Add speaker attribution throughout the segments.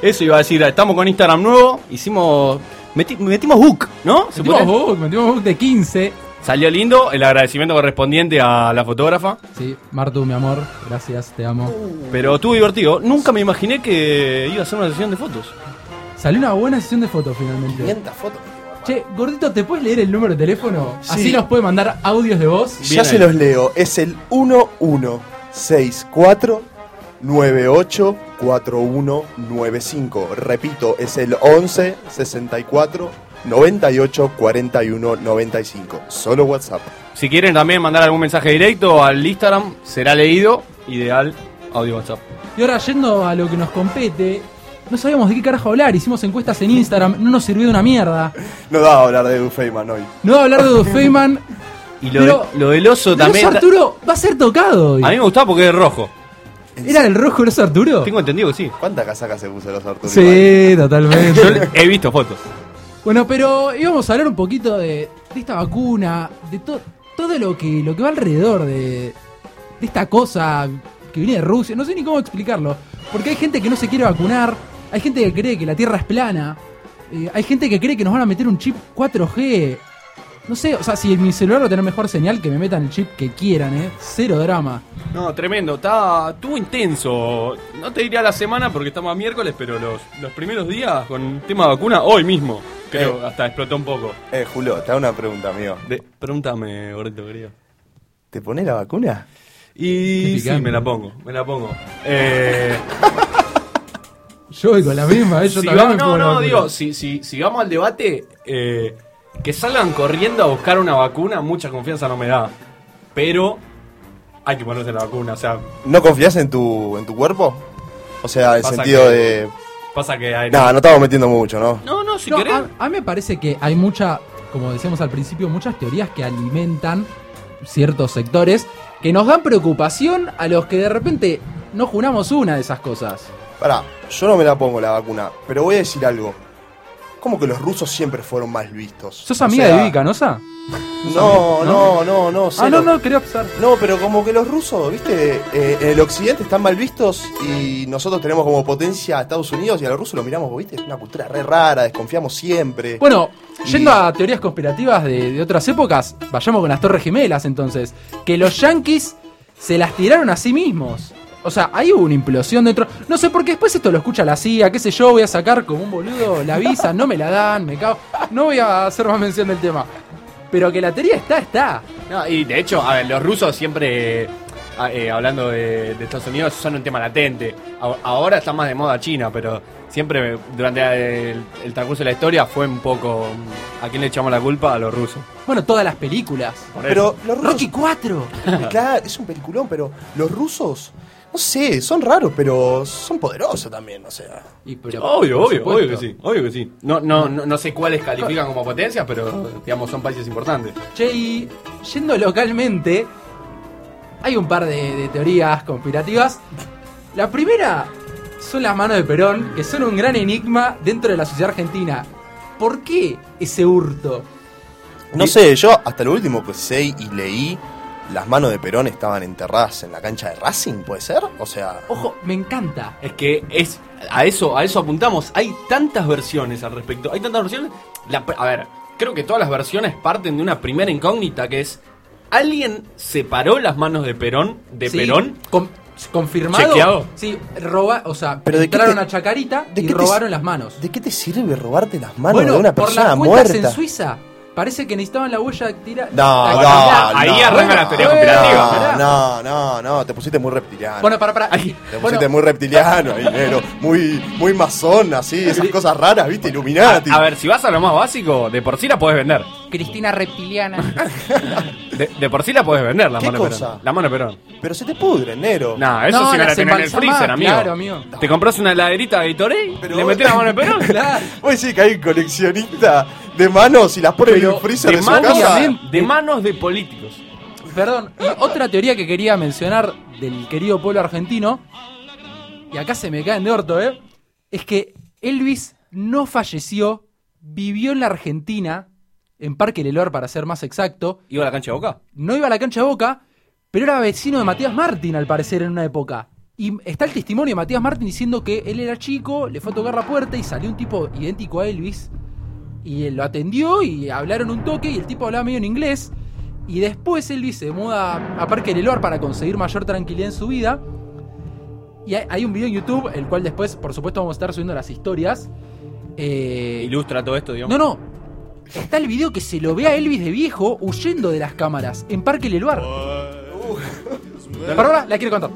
Speaker 1: Eso iba a decir, estamos con Instagram nuevo, hicimos. meti- metimos book, ¿no? ¿Se
Speaker 2: Metimos
Speaker 1: puede?
Speaker 2: book, metimos book de 15.
Speaker 1: Salió lindo el agradecimiento correspondiente a la fotógrafa.
Speaker 2: Sí, Martu, mi amor, gracias, te amo.
Speaker 1: Pero estuvo divertido. Nunca me imaginé que iba a ser una sesión de fotos.
Speaker 2: Salió una buena sesión de fotos finalmente.
Speaker 3: 500 fotos.
Speaker 2: Che, gordito, ¿te puedes leer el número de teléfono?
Speaker 3: Sí.
Speaker 2: Así nos puede mandar audios de voz.
Speaker 1: Bien
Speaker 3: Ya
Speaker 1: ahí.
Speaker 3: se los leo. Es el 1164 98 4195. Repito, es el 11 64 98 41 95. Solo WhatsApp.
Speaker 1: Si quieren también mandar algún mensaje directo al Instagram, será leído. Ideal, audio WhatsApp.
Speaker 2: Y ahora yendo a lo que nos compete, no sabíamos de qué carajo hablar, hicimos encuestas en Instagram, no nos sirvió de una mierda.
Speaker 3: No daba hablar de Feynman hoy.
Speaker 2: No va a hablar de Feynman.
Speaker 1: Y lo,
Speaker 2: Pero-
Speaker 1: de- lo del oso
Speaker 2: También
Speaker 1: también.
Speaker 2: Arturo va a ser tocado hoy.
Speaker 1: A mí me gustaba porque es rojo.
Speaker 2: ¿Era el rojo el oso Arturo?
Speaker 1: Tengo entendido que sí.
Speaker 3: ¿Cuánta casaca se puso los Arturo? Iván?
Speaker 2: Sí,
Speaker 1: Yo
Speaker 2: totalmente.
Speaker 1: le- he visto fotos.
Speaker 2: bueno, pero íbamos a hablar un poquito de, de esta vacuna, de to- todo lo que, lo que va alrededor de, de esta cosa que viene de Rusia. No sé ni cómo explicarlo. Porque hay gente que no se quiere vacunar, hay gente que cree que la Tierra es plana, eh, hay gente que cree que nos van a meter un chip 4G. No sé, o sea, si mi celular va a tener mejor señal, que me metan el chip que quieran, ¿eh? Cero drama.
Speaker 1: No, tremendo. Está, estuvo intenso. No te diría la semana porque estamos a miércoles, pero los, los primeros días con el tema de vacuna, hoy mismo. Creo, hasta explotó un poco.
Speaker 3: Eh, Julio, te hago una pregunta, amigo.
Speaker 1: De- pregúntame, gordito querido.
Speaker 3: ¿Te pones la vacuna?
Speaker 1: Y
Speaker 2: Qué
Speaker 1: sí,
Speaker 2: picante.
Speaker 1: me la pongo, me la pongo. Eh,
Speaker 2: Yo voy con la misma, ¿eh? yo
Speaker 1: si
Speaker 2: también
Speaker 1: va-
Speaker 2: me
Speaker 1: no,
Speaker 2: pongo la
Speaker 1: no,
Speaker 2: vacuna.
Speaker 1: digo, si, si, si vamos al debate, eh, que salgan corriendo a buscar una vacuna, mucha confianza no me da. Pero hay que ponerse la vacuna, o sea,
Speaker 3: ¿No confías en tu, en tu cuerpo? O sea, en
Speaker 1: Pasa
Speaker 3: sentido
Speaker 1: que-
Speaker 3: de.
Speaker 1: pasa que hay...
Speaker 3: Nada, no estamos metiendo mucho, ¿no?
Speaker 1: no, no, si
Speaker 2: No,
Speaker 1: querés...
Speaker 2: a, a mí me parece que hay mucha, como decíamos al principio, muchas teorías que alimentan ciertos sectores que nos dan preocupación a los que de repente no junamos una de esas cosas.
Speaker 3: Pará, yo no me la pongo la vacuna, pero voy a decir algo. ¿Cómo que los rusos siempre fueron mal vistos?
Speaker 2: Sos
Speaker 3: O
Speaker 2: amiga
Speaker 3: sea,
Speaker 2: de Vika, ¿no? Sa?
Speaker 3: No, no, no, no.
Speaker 2: Ah,
Speaker 3: cero.
Speaker 2: no, no, quería pasar.
Speaker 3: No, pero como que los rusos, viste, Eh, en el occidente están mal vistos y nosotros tenemos como potencia a Estados Unidos y a los rusos los miramos, viste, es una cultura re rara, desconfiamos siempre.
Speaker 2: Bueno,
Speaker 3: Y-
Speaker 2: yendo a teorías conspirativas de, de otras épocas, vayamos con las Torres Gemelas entonces. Que los yanquis se las tiraron a sí mismos. O sea, ahí hubo una implosión dentro. No sé por qué después esto lo escucha la CIA, qué sé yo, voy a sacar como un boludo la visa, no me la dan, me cago. No voy a hacer más mención del tema. Pero que la teoría está, está.
Speaker 1: No, y de hecho, a ver, los rusos siempre, eh, a- eh, hablando de, de Estados Unidos, son un tema latente. A- ahora está más de moda China, pero siempre durante el, el transcurso de la historia fue un poco... mm, ¿A quién le echamos la culpa? A los rusos.
Speaker 2: Bueno, todas las películas.
Speaker 1: Por eso.
Speaker 3: pero los rusos.
Speaker 2: Rocky 4.
Speaker 3: Claro, es un peliculón, pero los rusos, no sé, son raros, pero son poderosos también, o sea.
Speaker 1: Obvio, obvio, obvio que sí, obvio que sí. No, no, no, no sé cuáles califican como potencias, pero digamos son países importantes.
Speaker 2: Che, y yendo localmente, hay un par de, de teorías conspirativas. La primera son las manos de Perón, que son un gran enigma dentro de la sociedad argentina. ¿Por qué ese hurto?
Speaker 3: No sé, yo hasta lo último que sé y leí, las manos de Perón estaban enterradas en la cancha de Racing, ¿puede ser? O sea,
Speaker 2: Ojo, me encanta.
Speaker 1: Es que es a eso, a eso apuntamos. Hay tantas versiones al respecto. Hay tantas versiones. La pr- a ver, creo que todas las versiones parten de una primera incógnita que es alguien separó las manos de Perón de
Speaker 2: Sí,
Speaker 1: Perón.
Speaker 2: con- confirmado.
Speaker 1: Chequeado.
Speaker 2: Sí, roba, o sea,
Speaker 3: Pero ¿de qué
Speaker 2: entraron
Speaker 3: te-
Speaker 2: a Chacarita
Speaker 3: ¿de
Speaker 2: y
Speaker 3: qué te-
Speaker 2: robaron las manos.
Speaker 3: ¿de qué te sirve robarte las manos
Speaker 2: bueno,
Speaker 3: de una
Speaker 2: por las
Speaker 3: persona
Speaker 2: cuentas
Speaker 3: muerta?
Speaker 2: en Suiza, parece que necesitaban la huella dactilar.
Speaker 3: No,
Speaker 2: Ah,
Speaker 3: no,
Speaker 2: pará.
Speaker 3: no,
Speaker 1: ahí
Speaker 3: no,
Speaker 1: arranca
Speaker 3: no,
Speaker 1: la teoría
Speaker 3: no,
Speaker 1: conspirativa,
Speaker 2: pará.
Speaker 3: No, no, no, te pusiste muy reptiliano.
Speaker 2: Bueno, para, para.
Speaker 3: te pusiste muy reptiliano, ahí, negro, muy, muy masón, así, esas cosas raras, viste,
Speaker 1: A,
Speaker 3: Illuminati.
Speaker 1: a ver, si vas a lo más básico, de por sí la podés vender.
Speaker 2: Cristina Reptiliana.
Speaker 1: De, de por sí la podés vender, la
Speaker 3: ¿Qué
Speaker 1: mano de
Speaker 3: cosa?
Speaker 1: Perón. La mano de Perón.
Speaker 3: Pero se te pudre, negro.
Speaker 1: Nah, eso
Speaker 2: No,
Speaker 1: sí no la tenés
Speaker 2: las
Speaker 1: en el
Speaker 2: embalsamás,
Speaker 1: freezer, amigo.
Speaker 2: claro, amigo.
Speaker 1: Te compras una heladerita de Gatorade,
Speaker 3: Pero
Speaker 1: le
Speaker 3: vos-
Speaker 1: metés la mano de Perón.
Speaker 2: claro.
Speaker 3: Vos decís que hay un coleccionista de manos y las pone en
Speaker 2: Pero
Speaker 3: el freezer de,
Speaker 1: De
Speaker 3: su
Speaker 1: manos,
Speaker 3: casa.
Speaker 2: obviamente.
Speaker 1: de manos de políticos.
Speaker 2: Perdón, y otra teoría que quería mencionar del querido pueblo argentino, y acá se me caen de orto, ¿eh? Es que Elvis no falleció, vivió en la Argentina, en Parque Lelor para ser más exacto,
Speaker 1: ¿Iba a la cancha de boca?
Speaker 2: no iba a la cancha de Boca, pero era vecino de Matías Martín al parecer en una época. Y está el testimonio de Matías Martín diciendo que él era chico, le fue a tocar la puerta y salió un tipo idéntico a Elvis. Y él lo atendió y hablaron un toque y el tipo hablaba medio en inglés. Y después Elvis se muda a Parque del Elor para conseguir mayor tranquilidad en su vida. Y hay, hay un video en YouTube, el cual después, por supuesto, vamos a estar subiendo las historias. Eh,
Speaker 1: Ilustra todo esto, digamos.
Speaker 2: no, no. Está el video que se lo ve a Elvis de viejo huyendo de las cámaras en Parque Leluar. Pero ahora la quiero contar.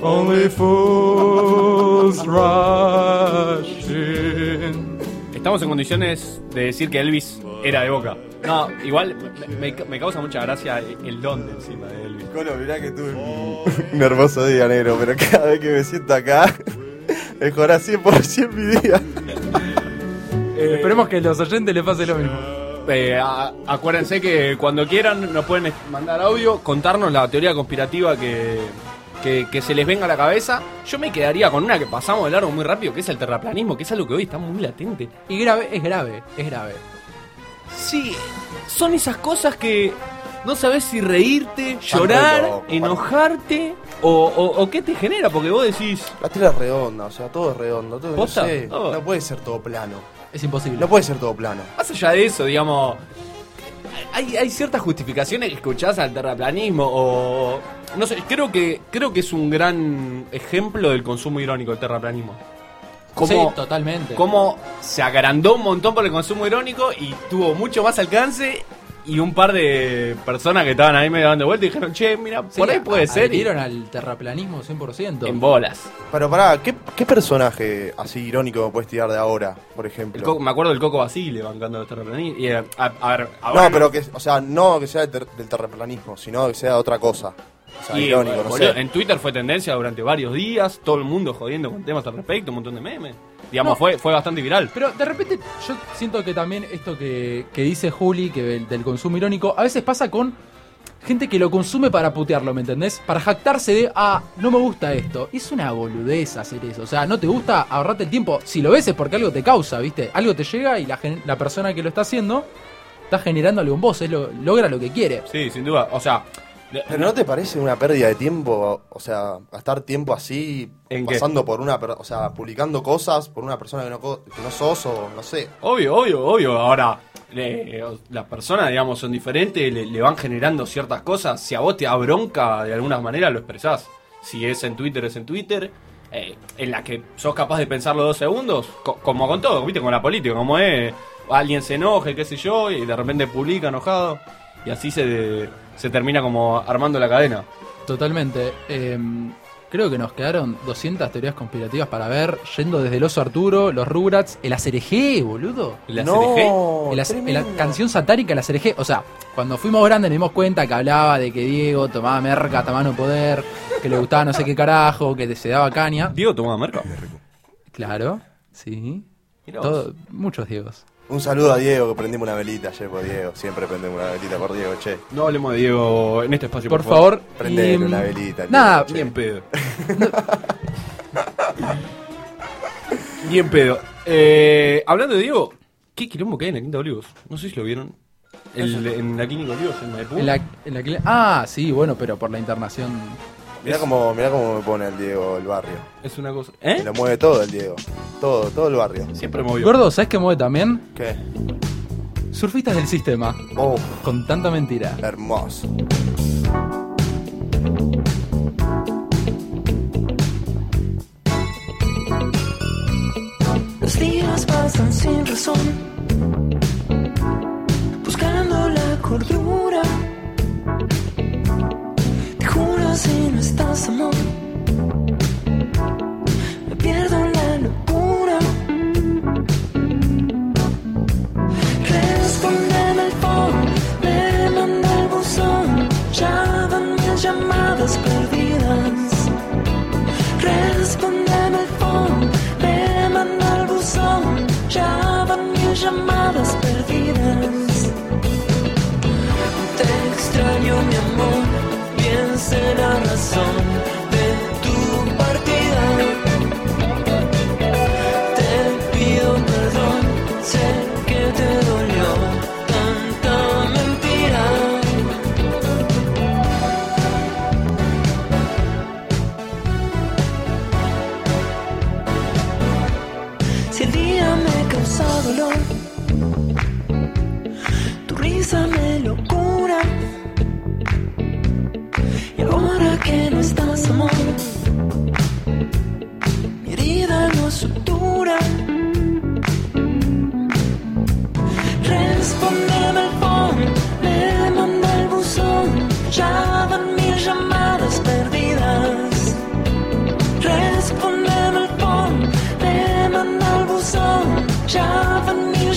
Speaker 4: Only fools rush in.
Speaker 1: Estamos en condiciones de decir que Elvis era de boca. No, igual me, me- me causa mucha gracia el don de encima de Elvis.
Speaker 3: Colo, mirá que tuve
Speaker 1: Oh.
Speaker 3: un, un hermoso día, negro, pero cada vez que me siento acá, mejora 100% mi día.
Speaker 2: Esperemos que a los oyentes les pase lo mismo.
Speaker 1: Eh, a- acuérdense que cuando quieran nos pueden mandar audio, contarnos la teoría conspirativa que, que, que se les venga a la cabeza. Yo me quedaría con una que pasamos de largo muy rápido, que es el terraplanismo, que es algo que hoy está muy latente.
Speaker 2: Y grave, es grave, es grave.
Speaker 1: Sí, son esas cosas que no sabes si reírte, llorar,
Speaker 3: loco, pan-
Speaker 1: enojarte o, o- o qué te genera, porque vos decís...
Speaker 3: La tela es redonda, o sea, todo es redondo. Todo, no,
Speaker 1: ¿Posta?
Speaker 3: sé,
Speaker 1: Oh.
Speaker 3: no puede ser todo plano.
Speaker 2: Es imposible.
Speaker 3: No puede ser todo plano.
Speaker 1: Más allá de eso, digamos, hay, hay ciertas justificaciones que escuchás al terraplanismo o... No sé, creo que, creo que es un gran ejemplo del consumo irónico el terraplanismo. Cómo,
Speaker 2: Sí, totalmente.
Speaker 1: cómo se agrandó un montón por el consumo irónico y tuvo mucho más alcance y un par de personas que estaban ahí medio dando vuelta y dijeron, che, mira,
Speaker 2: Sí,
Speaker 1: por ahí
Speaker 2: a-
Speaker 1: puede ser. y-
Speaker 2: adhirieron al terraplanismo 100%.
Speaker 1: en bolas.
Speaker 3: Pero pará, ¿qué, qué personaje así irónico me puedes tirar de ahora, por
Speaker 1: El
Speaker 3: ejemplo?
Speaker 1: Coco- me acuerdo del Coco Basile bancando los terraplanistas. Y, eh, a, a ver, ahora
Speaker 3: No, pero que, o sea, no que sea del, ter- del terraplanismo, sino que sea otra cosa. O sea,
Speaker 1: Y,
Speaker 3: irónico, no
Speaker 1: boludo,
Speaker 3: sé.
Speaker 1: En Twitter fue tendencia durante varios días, todo el mundo jodiendo con temas al respecto, un montón de memes. Digamos,
Speaker 2: No.
Speaker 1: fue, fue bastante viral.
Speaker 2: Pero de repente yo siento que también esto que, que dice Juli, que del, del consumo irónico, a veces pasa con gente que lo consume para putearlo, ¿me entendés? Para jactarse de, ah, no me gusta esto. Es una boludez hacer eso. O sea, no te gusta, ahorrate el tiempo. Si lo ves es porque algo te causa, ¿viste? Algo te llega y la, gen- la persona que lo está haciendo está generando algo en vos, es lo, logra lo que quiere.
Speaker 1: Sí, sin duda. O sea, de-
Speaker 3: Pero no te parece una pérdida de tiempo, o sea, gastar tiempo así,
Speaker 1: ¿En qué?
Speaker 3: pasando por una, per- o sea, publicando cosas por una persona que no, co- que no sos o no sé.
Speaker 1: obvio, obvio, obvio. Ahora, eh, o- las personas, digamos, son diferentes, le, le van generando ciertas cosas. Si a vos te da bronca, de alguna manera lo expresás. Si es en Twitter, es en Twitter. Eh, en la que sos capaz de pensarlo dos segundos, co- como con todo, viste, con la política, como es, alguien se enoje, qué sé yo, y de repente publica enojado, y así se, de- se termina como armando la cadena.
Speaker 2: Totalmente. Eh, creo que nos quedaron 200 teorías conspirativas para ver, yendo desde el oso Arturo, los Rugrats, el ACRG, boludo.
Speaker 1: ¿La
Speaker 3: no,
Speaker 1: CLG?
Speaker 2: En la, en la
Speaker 3: tremendo.
Speaker 2: canción satánica, la CRG, o sea, cuando fuimos grandes nos dimos cuenta que hablaba de que Diego tomaba merca, tomaba no poder, que le gustaba no sé qué carajo, que se daba caña.
Speaker 1: ¿Diego tomaba merca?
Speaker 2: Claro, sí.
Speaker 1: Mirá vos.
Speaker 2: Todo- muchos Diegos.
Speaker 3: Un saludo a Diego, que prendimos una velita ayer por Diego. Siempre prendemos una velita por Diego, che.
Speaker 1: No hablemos de Diego en este espacio,
Speaker 2: Por favor,
Speaker 3: Prendele
Speaker 2: y, mm,
Speaker 3: una velita, Diego,
Speaker 2: Nada,
Speaker 3: che.
Speaker 1: Ni en pedo. Ni en pedo. Eh, hablando de Diego, ¿qué quilombo que hay en la Quinta de Olivos? No sé si lo vieron. El- en la Quinta de Olivos, en Maipú.
Speaker 2: en la- en la que- ah, sí, bueno, pero por la internación.
Speaker 3: Mirá cómo, mirá cómo me pone el Diego el barrio.
Speaker 1: Es una cosa. ¿Eh?
Speaker 3: Me lo mueve todo el Diego. Todo, todo el barrio.
Speaker 1: Siempre movió.
Speaker 2: Gordo, ¿sabes qué mueve también?
Speaker 3: ¿Qué?
Speaker 2: Surfistas del sistema,
Speaker 3: Oh,
Speaker 2: con tanta mentira.
Speaker 3: hermoso.
Speaker 5: Los días pasan sin razón, buscando la cordura. Te juro si no estás amor, me pierdo en la locura. Respóndeme el phone, me manda el buzón, ya van mis llamadas perdidas. Respóndeme el phone, me manda el buzón, ya van mis llamadas perdidas. Te extraño mi amor, piensa en la razón de causa dolor. Tu risa me locura. Y ahora que no estás, amor, mi herida no sutura. Respóndeme el phone, me manda el buzón, ya van mil llamadas perdidas. Respóndeme el phone, me manda el buzón, ya van mil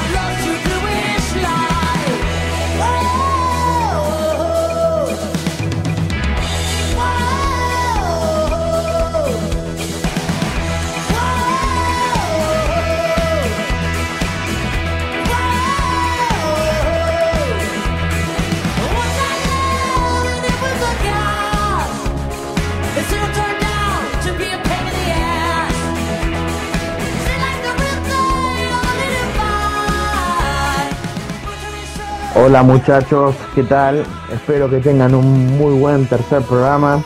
Speaker 5: Oh,
Speaker 6: Hola muchachos, ¿qué tal? Espero que tengan un muy buen tercer programa.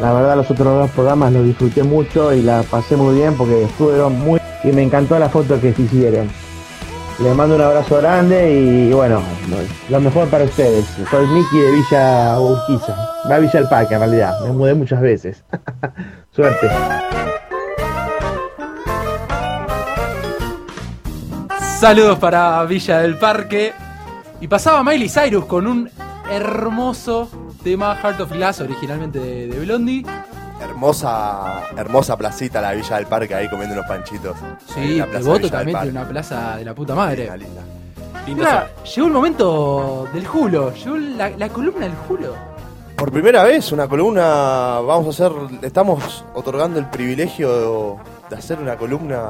Speaker 6: La verdad los otros dos programas los disfruté mucho y la pasé muy bien porque estuvieron muy... Y me encantó la foto que se hicieron. Les mando un abrazo grande y bueno, lo mejor para ustedes. Soy Miki de Villa Urquiza. Va a Villa El Parque en realidad, me mudé muchas veces. Suerte.
Speaker 2: Saludos para Villa del Parque. Y pasaba Miley Cyrus con un hermoso tema Heart of Glass, originalmente de, de Blondie.
Speaker 3: Hermosa, hermosa placita la Villa del Parque ahí comiendo unos panchitos. Ahí en
Speaker 2: Sí,
Speaker 3: la plaza
Speaker 2: Devoto
Speaker 3: Villa del
Speaker 2: también
Speaker 3: Parque.
Speaker 2: tiene una plaza de la puta madre.
Speaker 3: Linda, linda.
Speaker 2: Y
Speaker 1: Lindo
Speaker 2: nada, llegó el momento del Julo, llegó la, la columna del Julo.
Speaker 3: Por primera vez una columna, vamos a hacer, le estamos otorgando el privilegio de hacer una columna,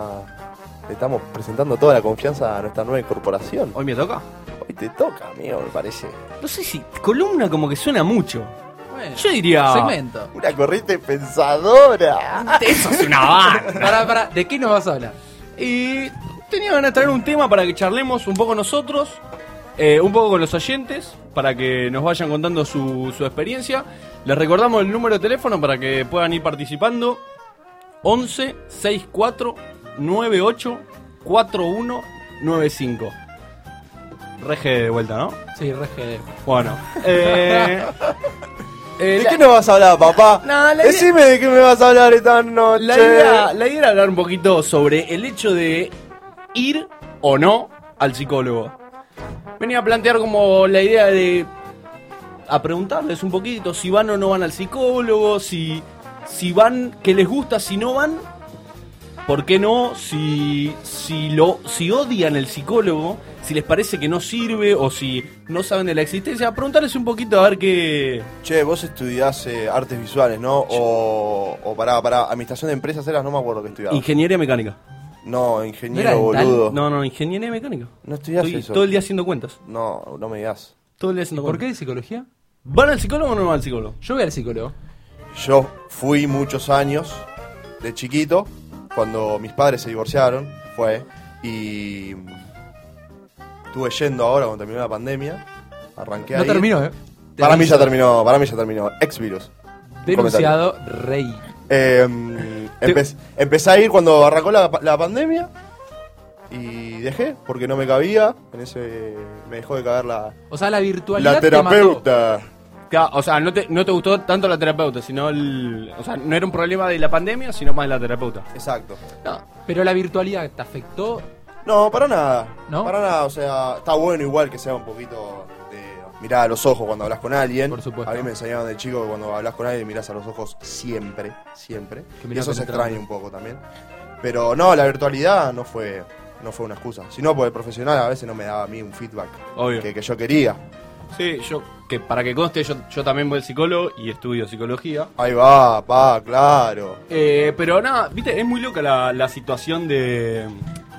Speaker 3: le estamos presentando toda la confianza a nuestra nueva incorporación.
Speaker 1: ser. ¿Hoy me toca?
Speaker 3: Hoy te toca, amigo, me parece.
Speaker 1: No sé si. Columna como que suena mucho.
Speaker 2: Bueno,
Speaker 1: Yo diría.
Speaker 2: segmento.
Speaker 3: Una corriente pensadora.
Speaker 1: Ah, Eso es una banda.
Speaker 2: Pará, pará, ¿de qué nos vas a hablar?
Speaker 1: Y tenía ganas de traer un tema para que charlemos un poco nosotros, eh, un poco con los oyentes, para que nos vayan contando su, su experiencia. Les recordamos el número de teléfono para que puedan ir participando. 11 64 98 41 95. Reje de vuelta, ¿no?
Speaker 2: Sí, Rege.
Speaker 1: Bueno. eh, eh,
Speaker 3: ¿De
Speaker 1: la-
Speaker 3: qué nos vas a hablar, papá?
Speaker 1: No, la
Speaker 3: Decime de qué me vas a hablar esta noche.
Speaker 1: La idea, la idea era hablar un poquito sobre el hecho de ir o no al psicólogo. Venía a plantear como la idea de a preguntarles un poquito si van o no van al psicólogo, si, si van, qué les gusta, si no van, por qué no, si, si, lo, si odian el psicólogo, si les parece que no sirve o si no saben de la existencia. Preguntarles un poquito a ver qué...
Speaker 3: Che, vos estudiás eh, artes visuales, ¿no? O, o pará, pará, administración de empresas eras, no me acuerdo que estudiabas.
Speaker 1: Ingeniería mecánica.
Speaker 3: no, ingeniero,
Speaker 2: ¿No era dental?
Speaker 3: boludo. No.
Speaker 1: No, no, ingeniería mecánica.
Speaker 3: estudiás
Speaker 1: Estoy
Speaker 3: Oh. eso.
Speaker 1: todo el día haciendo cuentas.
Speaker 3: No, no me digas.
Speaker 1: Todo el día haciendo
Speaker 2: ¿Por
Speaker 1: cuentas.
Speaker 2: qué de psicología?
Speaker 1: ¿Van al psicólogo o no van al psicólogo?
Speaker 2: Yo voy al psicólogo.
Speaker 3: Yo fui muchos años de chiquito, cuando mis padres se divorciaron, fue, y estuve yendo ahora cuando terminó la pandemia, arranqué
Speaker 2: No
Speaker 3: ahí.
Speaker 2: terminó, ¿eh?
Speaker 3: Para mí ya
Speaker 2: Denunci-
Speaker 3: terminó, para mí ya terminó, ex virus.
Speaker 2: Denunciado rey.
Speaker 3: Eh, empe- empecé a ir cuando arrancó la, la pandemia y dejé, porque no me cabía, en ese me dejó de cagar la,
Speaker 2: O sea, la virtualidad
Speaker 3: la
Speaker 2: te mató.
Speaker 3: terapeuta.
Speaker 1: Claro, o sea, no te, no te gustó tanto la terapeuta, sino el. O sea, no era un problema de la pandemia, sino más de la terapeuta.
Speaker 3: Exacto.
Speaker 2: Pero la virtualidad te afectó.
Speaker 3: No, para nada.
Speaker 2: ¿No?
Speaker 3: Para nada, o sea, está bueno igual que sea un poquito de mirar a los ojos cuando hablas con alguien.
Speaker 2: Por supuesto.
Speaker 3: A mí me enseñaban de chico que cuando hablas con alguien mirás a los ojos siempre, siempre.
Speaker 2: Que
Speaker 3: Y
Speaker 2: mirá
Speaker 3: eso se
Speaker 2: penetrante.
Speaker 3: extraña un poco también. Pero no, la virtualidad no fue no fue una excusa, sino porque el profesional a veces no me daba a mí un feedback
Speaker 1: Obvio.
Speaker 3: que, que yo quería.
Speaker 1: Sí, yo. Que para que conste, yo, yo también voy al psicólogo y estudio psicología.
Speaker 3: Ahí va, pa, claro.
Speaker 1: Eh, pero nada, viste, es muy loca la, la situación de,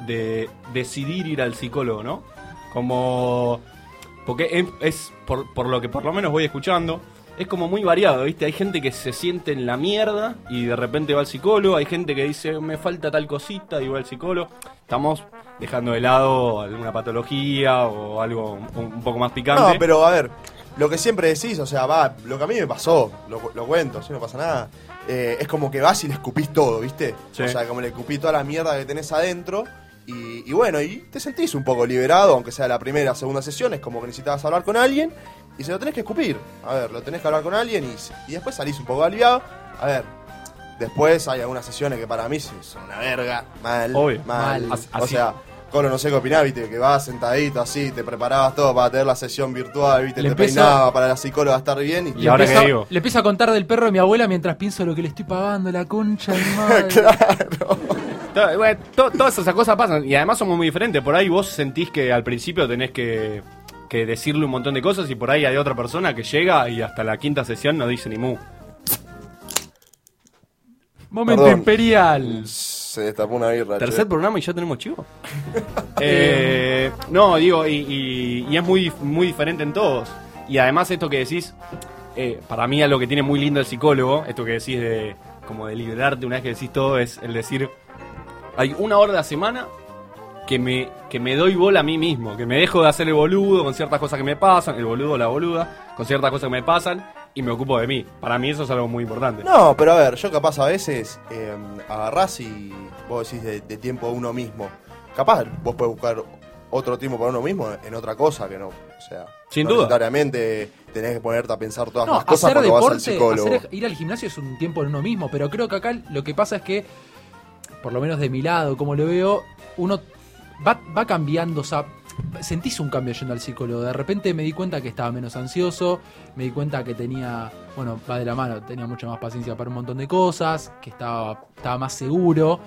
Speaker 1: de decidir ir al psicólogo, ¿no? Como. Porque es, es por, por lo que por lo menos voy escuchando, es como muy variado, ¿viste? Hay gente que se siente en la mierda y de repente va al psicólogo, hay gente que dice, me falta tal cosita y va al psicólogo. Estamos dejando de lado alguna patología o algo un, un poco más picante.
Speaker 3: No, pero a ver, lo que siempre decís, o sea, va, lo que a mí me pasó, lo, cu- lo cuento, si no pasa nada, eh, es como que vas y le escupís todo, ¿viste?
Speaker 1: Sí.
Speaker 3: O sea, como le escupís toda la mierda que tenés adentro. Y, y bueno, y te sentís un poco liberado, aunque sea la primera, segunda sesión, es como que necesitabas hablar con alguien y se lo tenés que escupir. A ver, lo tenés que hablar con alguien y, y después salís un poco aliviado. A ver, después hay algunas sesiones que para mí son una verga, mal,
Speaker 1: Obvio.
Speaker 3: mal.
Speaker 1: Mal. As-
Speaker 3: O
Speaker 1: así.
Speaker 3: sea, Colo, no sé qué opinás, viste, que vas sentadito así, te preparabas todo para tener la sesión virtual, viste,
Speaker 2: Le
Speaker 3: te
Speaker 2: empieza-
Speaker 3: peinaba para la psicóloga estar bien y,
Speaker 1: Y ahora
Speaker 2: empiezo,
Speaker 1: que digo.
Speaker 2: Le empiezo a contar del perro de mi abuela mientras pienso lo que le estoy pagando, la concha de mi madre.
Speaker 1: To- bueno, to- todas esas cosas pasan y además somos muy diferentes. Por ahí vos sentís que al principio tenés que, que decirle un montón de cosas y por ahí hay otra persona que llega y hasta la quinta sesión no dice ni mu.
Speaker 2: Momento
Speaker 3: Perdón.
Speaker 2: imperial.
Speaker 3: se destapó una birra. che.
Speaker 1: Tercer programa y ya tenemos chivo. Eh, no, digo, y, y- y es muy, muy diferente en todos. Y además esto que decís, eh, para mí es lo que tiene muy lindo el psicólogo, esto que decís de como de liberarte una vez que decís todo, es el decir, hay una hora a la semana que me, que me doy bola a mí mismo, que me dejo de hacer el boludo con ciertas cosas que me pasan, el boludo o la boluda, con ciertas cosas que me pasan y me ocupo de mí. Para mí eso es algo muy importante.
Speaker 3: No, pero a ver, yo capaz a veces eh, agarrás y vos decís de, de tiempo a uno mismo. Capaz vos podés buscar otro tiempo para uno mismo en otra cosa que no. O sea,
Speaker 1: Sin
Speaker 3: no
Speaker 1: duda.
Speaker 3: necesariamente tenés que ponerte a pensar todas
Speaker 2: No,
Speaker 3: las cosas
Speaker 2: hacer
Speaker 3: cuando vas al
Speaker 2: deporte,
Speaker 3: psicólogo.
Speaker 2: hacer- ir al gimnasio es un tiempo en uno mismo, pero creo que acá lo que pasa es que, por lo menos de mi lado, como lo veo, uno va, va cambiando, o sea, sentís un cambio yendo al psicólogo. De repente me di cuenta que estaba menos ansioso, me di cuenta que tenía, bueno, va de la mano, tenía mucha más paciencia para un montón de cosas, que estaba, estaba más seguro.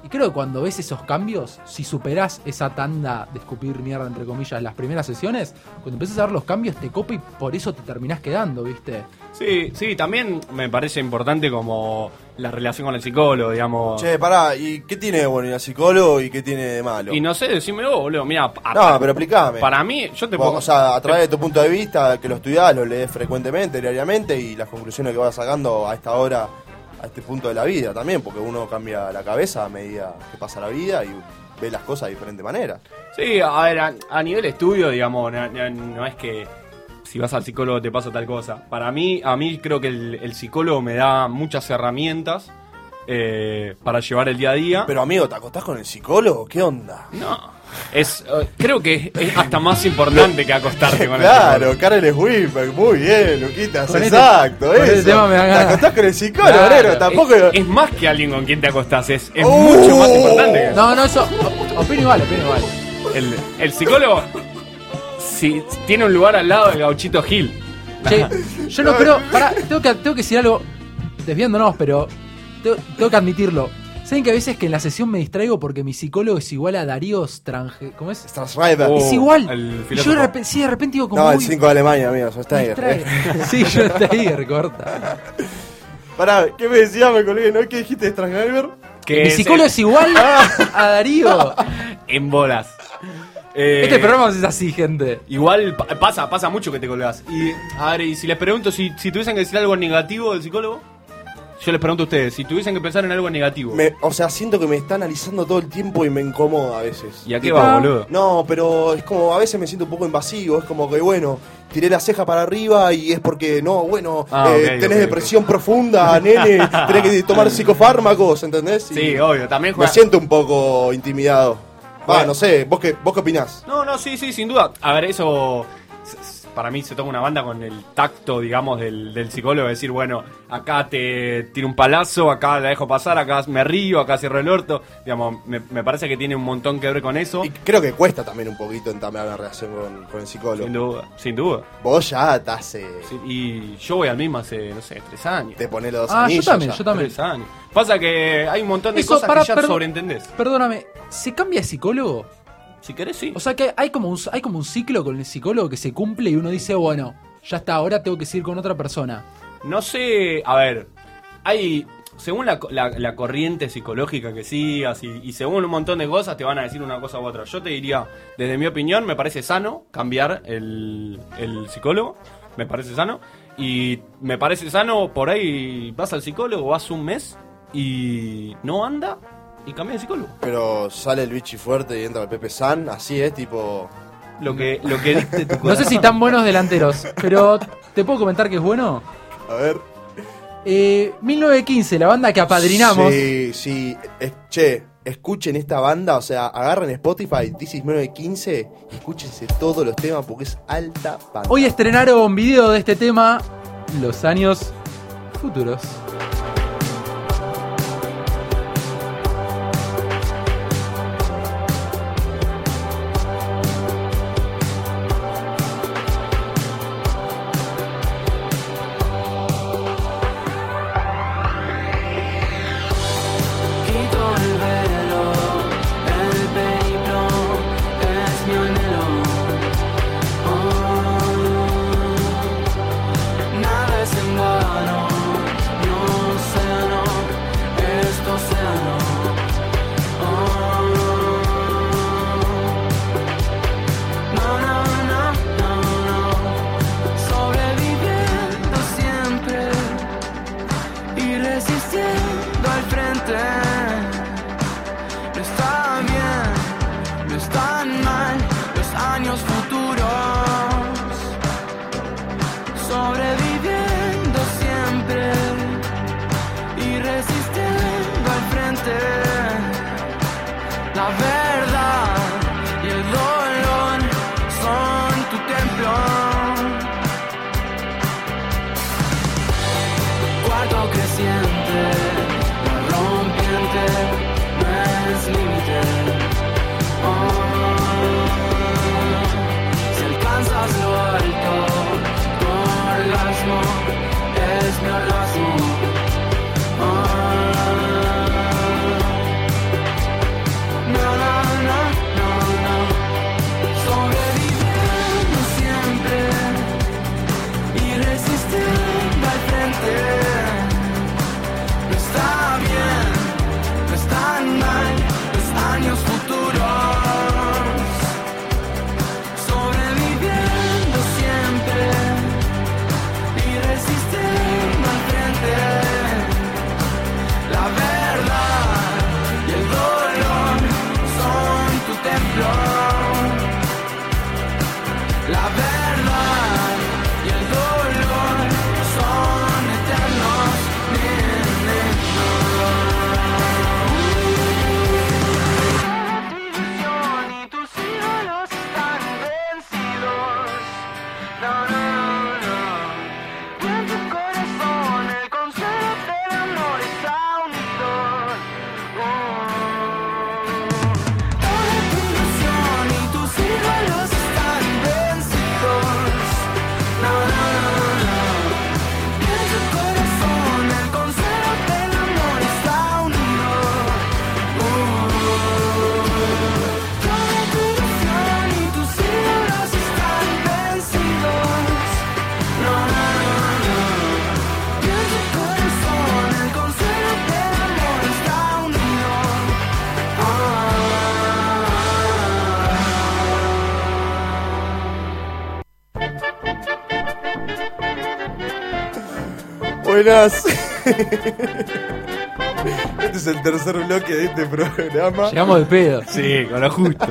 Speaker 2: Y creo que cuando ves esos cambios, si superás esa tanda de escupir mierda, entre comillas, las primeras sesiones, cuando empiezas a ver los cambios te copa y por eso te terminás quedando, ¿viste?
Speaker 1: Sí, sí, también me parece importante como la relación con el psicólogo, digamos.
Speaker 3: Che, pará, ¿y qué tiene de bueno ir al psicólogo y qué tiene de malo?
Speaker 1: Y no sé, decime vos, boludo, mira,
Speaker 3: No, pero explicame.
Speaker 1: para mí, yo te
Speaker 3: Vos,
Speaker 1: puedo...
Speaker 3: o sea, a través de tu punto de vista, que lo estudiás, lo lees frecuentemente, diariamente, y las conclusiones que vas sacando a esta hora, a este punto de la vida también, porque uno cambia la cabeza a medida que pasa la vida y ve las cosas de diferente manera.
Speaker 1: Sí, a ver, a, a nivel estudio, digamos, no, no- no es que si vas al psicólogo te pasa tal cosa. Para mí, a mí creo que el, el psicólogo me da muchas herramientas eh, para llevar el día a
Speaker 2: Ah.
Speaker 1: día.
Speaker 3: Pero amigo, ¿te acostás con el psicólogo? ¿Qué onda?
Speaker 1: no, es, eh, creo que es, es hasta más importante que acostarte con el
Speaker 3: claro,
Speaker 1: psicólogo.
Speaker 3: Karel Swinberg, muy bien, Luquitas,
Speaker 2: Con este-
Speaker 3: exacto,
Speaker 2: con
Speaker 3: eso.
Speaker 2: este tema me da
Speaker 3: ¿Te
Speaker 2: ganas.
Speaker 3: acostás con el psicólogo,
Speaker 1: Claro,
Speaker 3: nero? Tampoco...
Speaker 1: es, es más que alguien con quien te acostás, es, es
Speaker 3: ¡Oh!
Speaker 1: mucho más importante. que-
Speaker 2: No, no, eso. o- Opino igual, opino igual.
Speaker 1: El, el psicólogo si, tiene un lugar al lado del gauchito Gil.
Speaker 2: Che, yo no creo. Pará, tengo que, tengo que decir algo. Desviándonos, pero. Tengo, tengo que admitirlo. ¿Saben que a veces que en la sesión me distraigo porque mi psicólogo es igual a Darío Strange? ¿Cómo es?
Speaker 3: Strasriver.
Speaker 1: Oh.
Speaker 2: es igual.
Speaker 1: el
Speaker 2: Y yo
Speaker 1: filósofo.
Speaker 2: de repente, sí, de repente digo como.
Speaker 3: No, el
Speaker 2: uy,
Speaker 3: 5 de Alemania, amigo, eso está
Speaker 2: me
Speaker 3: ahí.
Speaker 2: distrae. Sí, yo estoy recorta.
Speaker 3: Pará, ¿qué me decías, me colgué? ¿No? ¿Qué dijiste de Strasriver?
Speaker 1: Que
Speaker 2: Mi
Speaker 1: es-
Speaker 2: psicólogo es igual
Speaker 1: Ah.
Speaker 2: a Darío.
Speaker 1: en bolas. Eh,
Speaker 2: Este programa es así, gente.
Speaker 1: Igual pa- pasa, pasa mucho que te colgás. Y a ver, y si les pregunto si, si tuviesen que decir algo negativo del psicólogo, yo les pregunto a ustedes, si tuviesen que pensar en algo negativo.
Speaker 3: Me- o sea, siento que me está analizando todo el tiempo y me incomoda a veces.
Speaker 1: ¿Y a qué va, boludo?
Speaker 3: No, pero es como, a veces me siento un poco invasivo, es como que, bueno, tiré la ceja para arriba y es porque, no, bueno,
Speaker 1: Ah,
Speaker 3: eh,
Speaker 1: ok,
Speaker 3: tenés
Speaker 1: ok,
Speaker 3: depresión profunda, nene, tenés que tomar psicofármacos, ¿entendés? Y
Speaker 1: Sí, obvio, también
Speaker 3: Me
Speaker 1: juega-
Speaker 3: siento un poco intimidado. Va,
Speaker 1: Bueno.
Speaker 3: no sé, ¿vos qué, vos qué opinás?
Speaker 1: No, no, sí, sí, sin duda. A ver, eso s- s- para mí se toma una banda con el tacto, digamos, del, del psicólogo. de Decir, bueno, acá te tiro un palazo, acá la dejo pasar, acá me río, acá cierro el orto. Digamos, me, me parece que tiene un montón que ver con eso.
Speaker 3: Y creo que cuesta también un poquito entablar una relación con, con el
Speaker 1: Sin
Speaker 3: psicólogo.
Speaker 1: duda, sin duda.
Speaker 3: Vos ya estás, eh,
Speaker 1: Sí, y yo voy al mismo hace, no sé, tres años.
Speaker 3: te pones los dos
Speaker 2: Ah, yo
Speaker 3: anillos
Speaker 2: también,
Speaker 3: ya.
Speaker 2: yo también.
Speaker 1: Tres años. Pasa que hay un montón de
Speaker 2: Eso,
Speaker 1: cosas
Speaker 2: pará,
Speaker 1: que ya
Speaker 2: perdón.
Speaker 1: sobreentendés.
Speaker 2: Perdóname, ¿se cambia de psicólogo?
Speaker 1: Si querés, sí.
Speaker 2: O sea que hay como, un, hay como un ciclo con el psicólogo que se cumple y uno dice, bueno, ya está, ahora tengo que seguir con otra persona.
Speaker 1: No sé, a ver, hay, según la, co- la- la corriente psicológica que sigas y, y según un montón de cosas te van a decir una cosa u otra. Yo te diría, desde mi opinión, me parece sano cambiar el, el psicólogo, me parece sano. Y me parece sano, por ahí vas al psicólogo, vas un mes y no anda y cambia de psicólogo.
Speaker 3: Pero sale el bichi fuerte y entra el Pepe San, así es, tipo.
Speaker 1: Lo que, lo que dicte tu
Speaker 2: No sé si tan buenos delanteros, pero ¿te puedo comentar que es bueno?
Speaker 3: A ver.
Speaker 2: Eh, 1915, la banda que apadrinamos.
Speaker 3: Sí, sí. Es- che, escuchen esta banda, o sea, agarren Spotify, This is 915, y escúchense todos los temas porque es alta banda.
Speaker 2: Hoy estrenaron video de este tema, Los años futuros.
Speaker 5: Quito el velo, el periplo es mi anhelo. Oh, nada es en vano, no Oh,
Speaker 7: hacen mal los años futuros. Sobreviviendo siempre y resistiendo al frente. La verdad y el dolor son tu templo. cuarto creciente, la rompiente, no es límite. Oh, si alcanzas lo alto, tu orgasmo es mi orgasmo. Oh, no, no, no, no, no. Sobreviviendo siempre y resistir al frente. No está bien, no están mal los años futuros. Sobreviviendo siempre y resistir al frente. La verdad y el dolor son tu templo. La verdad y el dolor son eternos. Tus Sion y tus ídolos están vencidos. No, no, no. Y en tu corazón el concepto del amor está unido. Toda tu ilusión y tus ídolos están vencidos. No, no, no, no. Y en tu corazón el concepto del amor está unido. Toda tu ilusión y tus ídolos están vencidos. No, no, no, no. Y en tu corazón el concepto del amor está unido.
Speaker 3: Buenas. Este es el tercer bloque de este programa.
Speaker 2: Llegamos de pedo.
Speaker 1: Sí, con lo justo.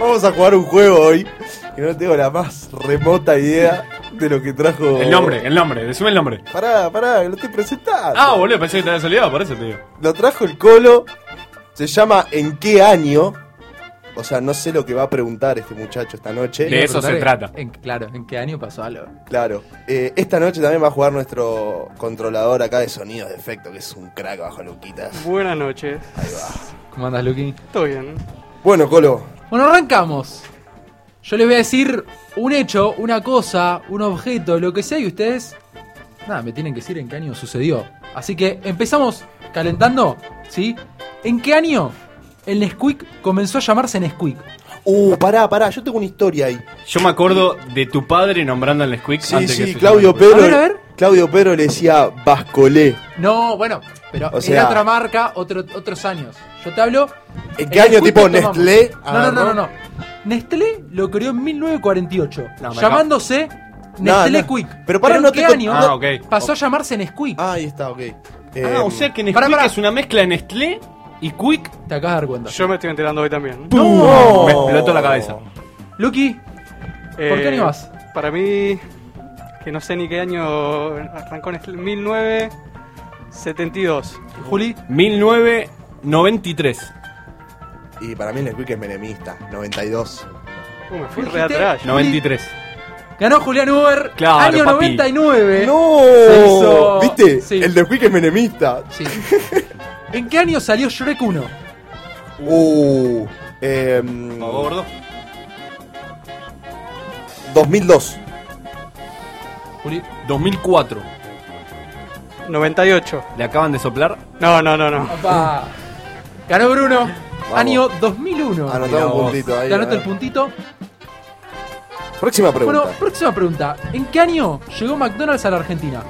Speaker 3: Vamos a jugar un juego hoy. Que no tengo la más remota idea de lo que trajo.
Speaker 1: El nombre, el nombre, decime el nombre.
Speaker 3: Pará, pará, que lo estoy presentando.
Speaker 1: Ah, boludo, pensé que te había salido, por eso te digo.
Speaker 3: Lo trajo el Colo. Se llama ¿En qué año? O sea, no sé lo que va a preguntar este muchacho esta noche.
Speaker 1: De eso se trata.
Speaker 2: En- claro, ¿en qué año pasó algo?
Speaker 3: Claro. Eh, esta noche también va a jugar nuestro controlador acá de sonidos de efecto, que es un crack bajo Luquitas.
Speaker 8: Buenas noches.
Speaker 2: ¿Cómo andas, Luqui?
Speaker 8: Todo bien.
Speaker 3: Bueno, Colo,
Speaker 2: Bueno, arrancamos. Yo les voy a decir un hecho, una cosa, un objeto, lo que sea, y ustedes. Nada, me tienen que decir en qué año sucedió. Así que empezamos calentando, ¿sí? ¿En qué año el Nesquik comenzó a llamarse Nesquik?
Speaker 3: Uh, pará, pará, yo tengo una historia ahí.
Speaker 1: Yo me acuerdo de tu padre nombrando al Squeak
Speaker 3: Sí,
Speaker 1: antes que
Speaker 3: sí,
Speaker 1: se
Speaker 3: Claudio
Speaker 1: llame.
Speaker 3: Pedro.
Speaker 2: A ver, a ver.
Speaker 3: Claudio Pedro le decía Vascolé.
Speaker 2: No, bueno, pero
Speaker 3: O sea-
Speaker 2: era otra marca, otro, otros años. Yo te hablo.
Speaker 3: ¿En
Speaker 2: el
Speaker 3: qué año
Speaker 2: Nesquik
Speaker 3: tipo
Speaker 2: lo tomamos.
Speaker 3: Nestlé?
Speaker 2: No, no, no,
Speaker 3: agarró?
Speaker 2: no, no. Nestlé lo creó en 1948,
Speaker 1: No, me
Speaker 2: llamándose
Speaker 3: No,
Speaker 2: Nestlé
Speaker 3: no.
Speaker 2: Quick.
Speaker 3: Pero para,
Speaker 2: ¿en
Speaker 3: no te
Speaker 2: qué
Speaker 3: con-
Speaker 2: año
Speaker 1: Ah, ok.
Speaker 2: pasó a llamarse Nesquik?
Speaker 3: Ah, ahí está, ok. Em,
Speaker 1: Ah, o sea que Nesquik
Speaker 2: Pará, pará.
Speaker 1: es una mezcla de Nestlé y Quick.
Speaker 2: Te acabas de dar cuenta.
Speaker 8: Yo me estoy enterando hoy también.
Speaker 3: ¡No!
Speaker 1: Me explotó la cabeza.
Speaker 2: Lucky, ¿Por qué no vas?
Speaker 8: Eh, Para mí, que no sé ni qué año arrancó en el 1972.
Speaker 2: Juli,
Speaker 1: 1993.
Speaker 3: Y para mí Nesquik es menemista, 92.
Speaker 8: Uh, me fui
Speaker 2: ¿Dijiste?
Speaker 8: re atrás.
Speaker 1: 93.
Speaker 2: ganó Julián Uber,
Speaker 1: Claro,
Speaker 2: año
Speaker 1: papi. Eh,
Speaker 2: 99.
Speaker 3: ¡No!
Speaker 2: Se hizo-
Speaker 3: ¿Viste?
Speaker 2: Sí.
Speaker 3: El Nesquik es menemista.
Speaker 2: Sí. ¿En qué año salió Shrek 1?
Speaker 3: Uh. em,
Speaker 1: ¿Pagó gordo?
Speaker 3: 2002.
Speaker 2: Juli,
Speaker 1: 2004.
Speaker 8: 98.
Speaker 1: Le acaban de soplar.
Speaker 8: No, no, no, no.
Speaker 2: papá. Ganó Bruno, año 2001.
Speaker 3: Anotaba un puntito ahí.
Speaker 2: Te anoto
Speaker 3: eh.
Speaker 2: el puntito.
Speaker 3: Próxima pregunta.
Speaker 2: Bueno, próxima pregunta. ¿En qué año llegó McDonald's a la Argentina?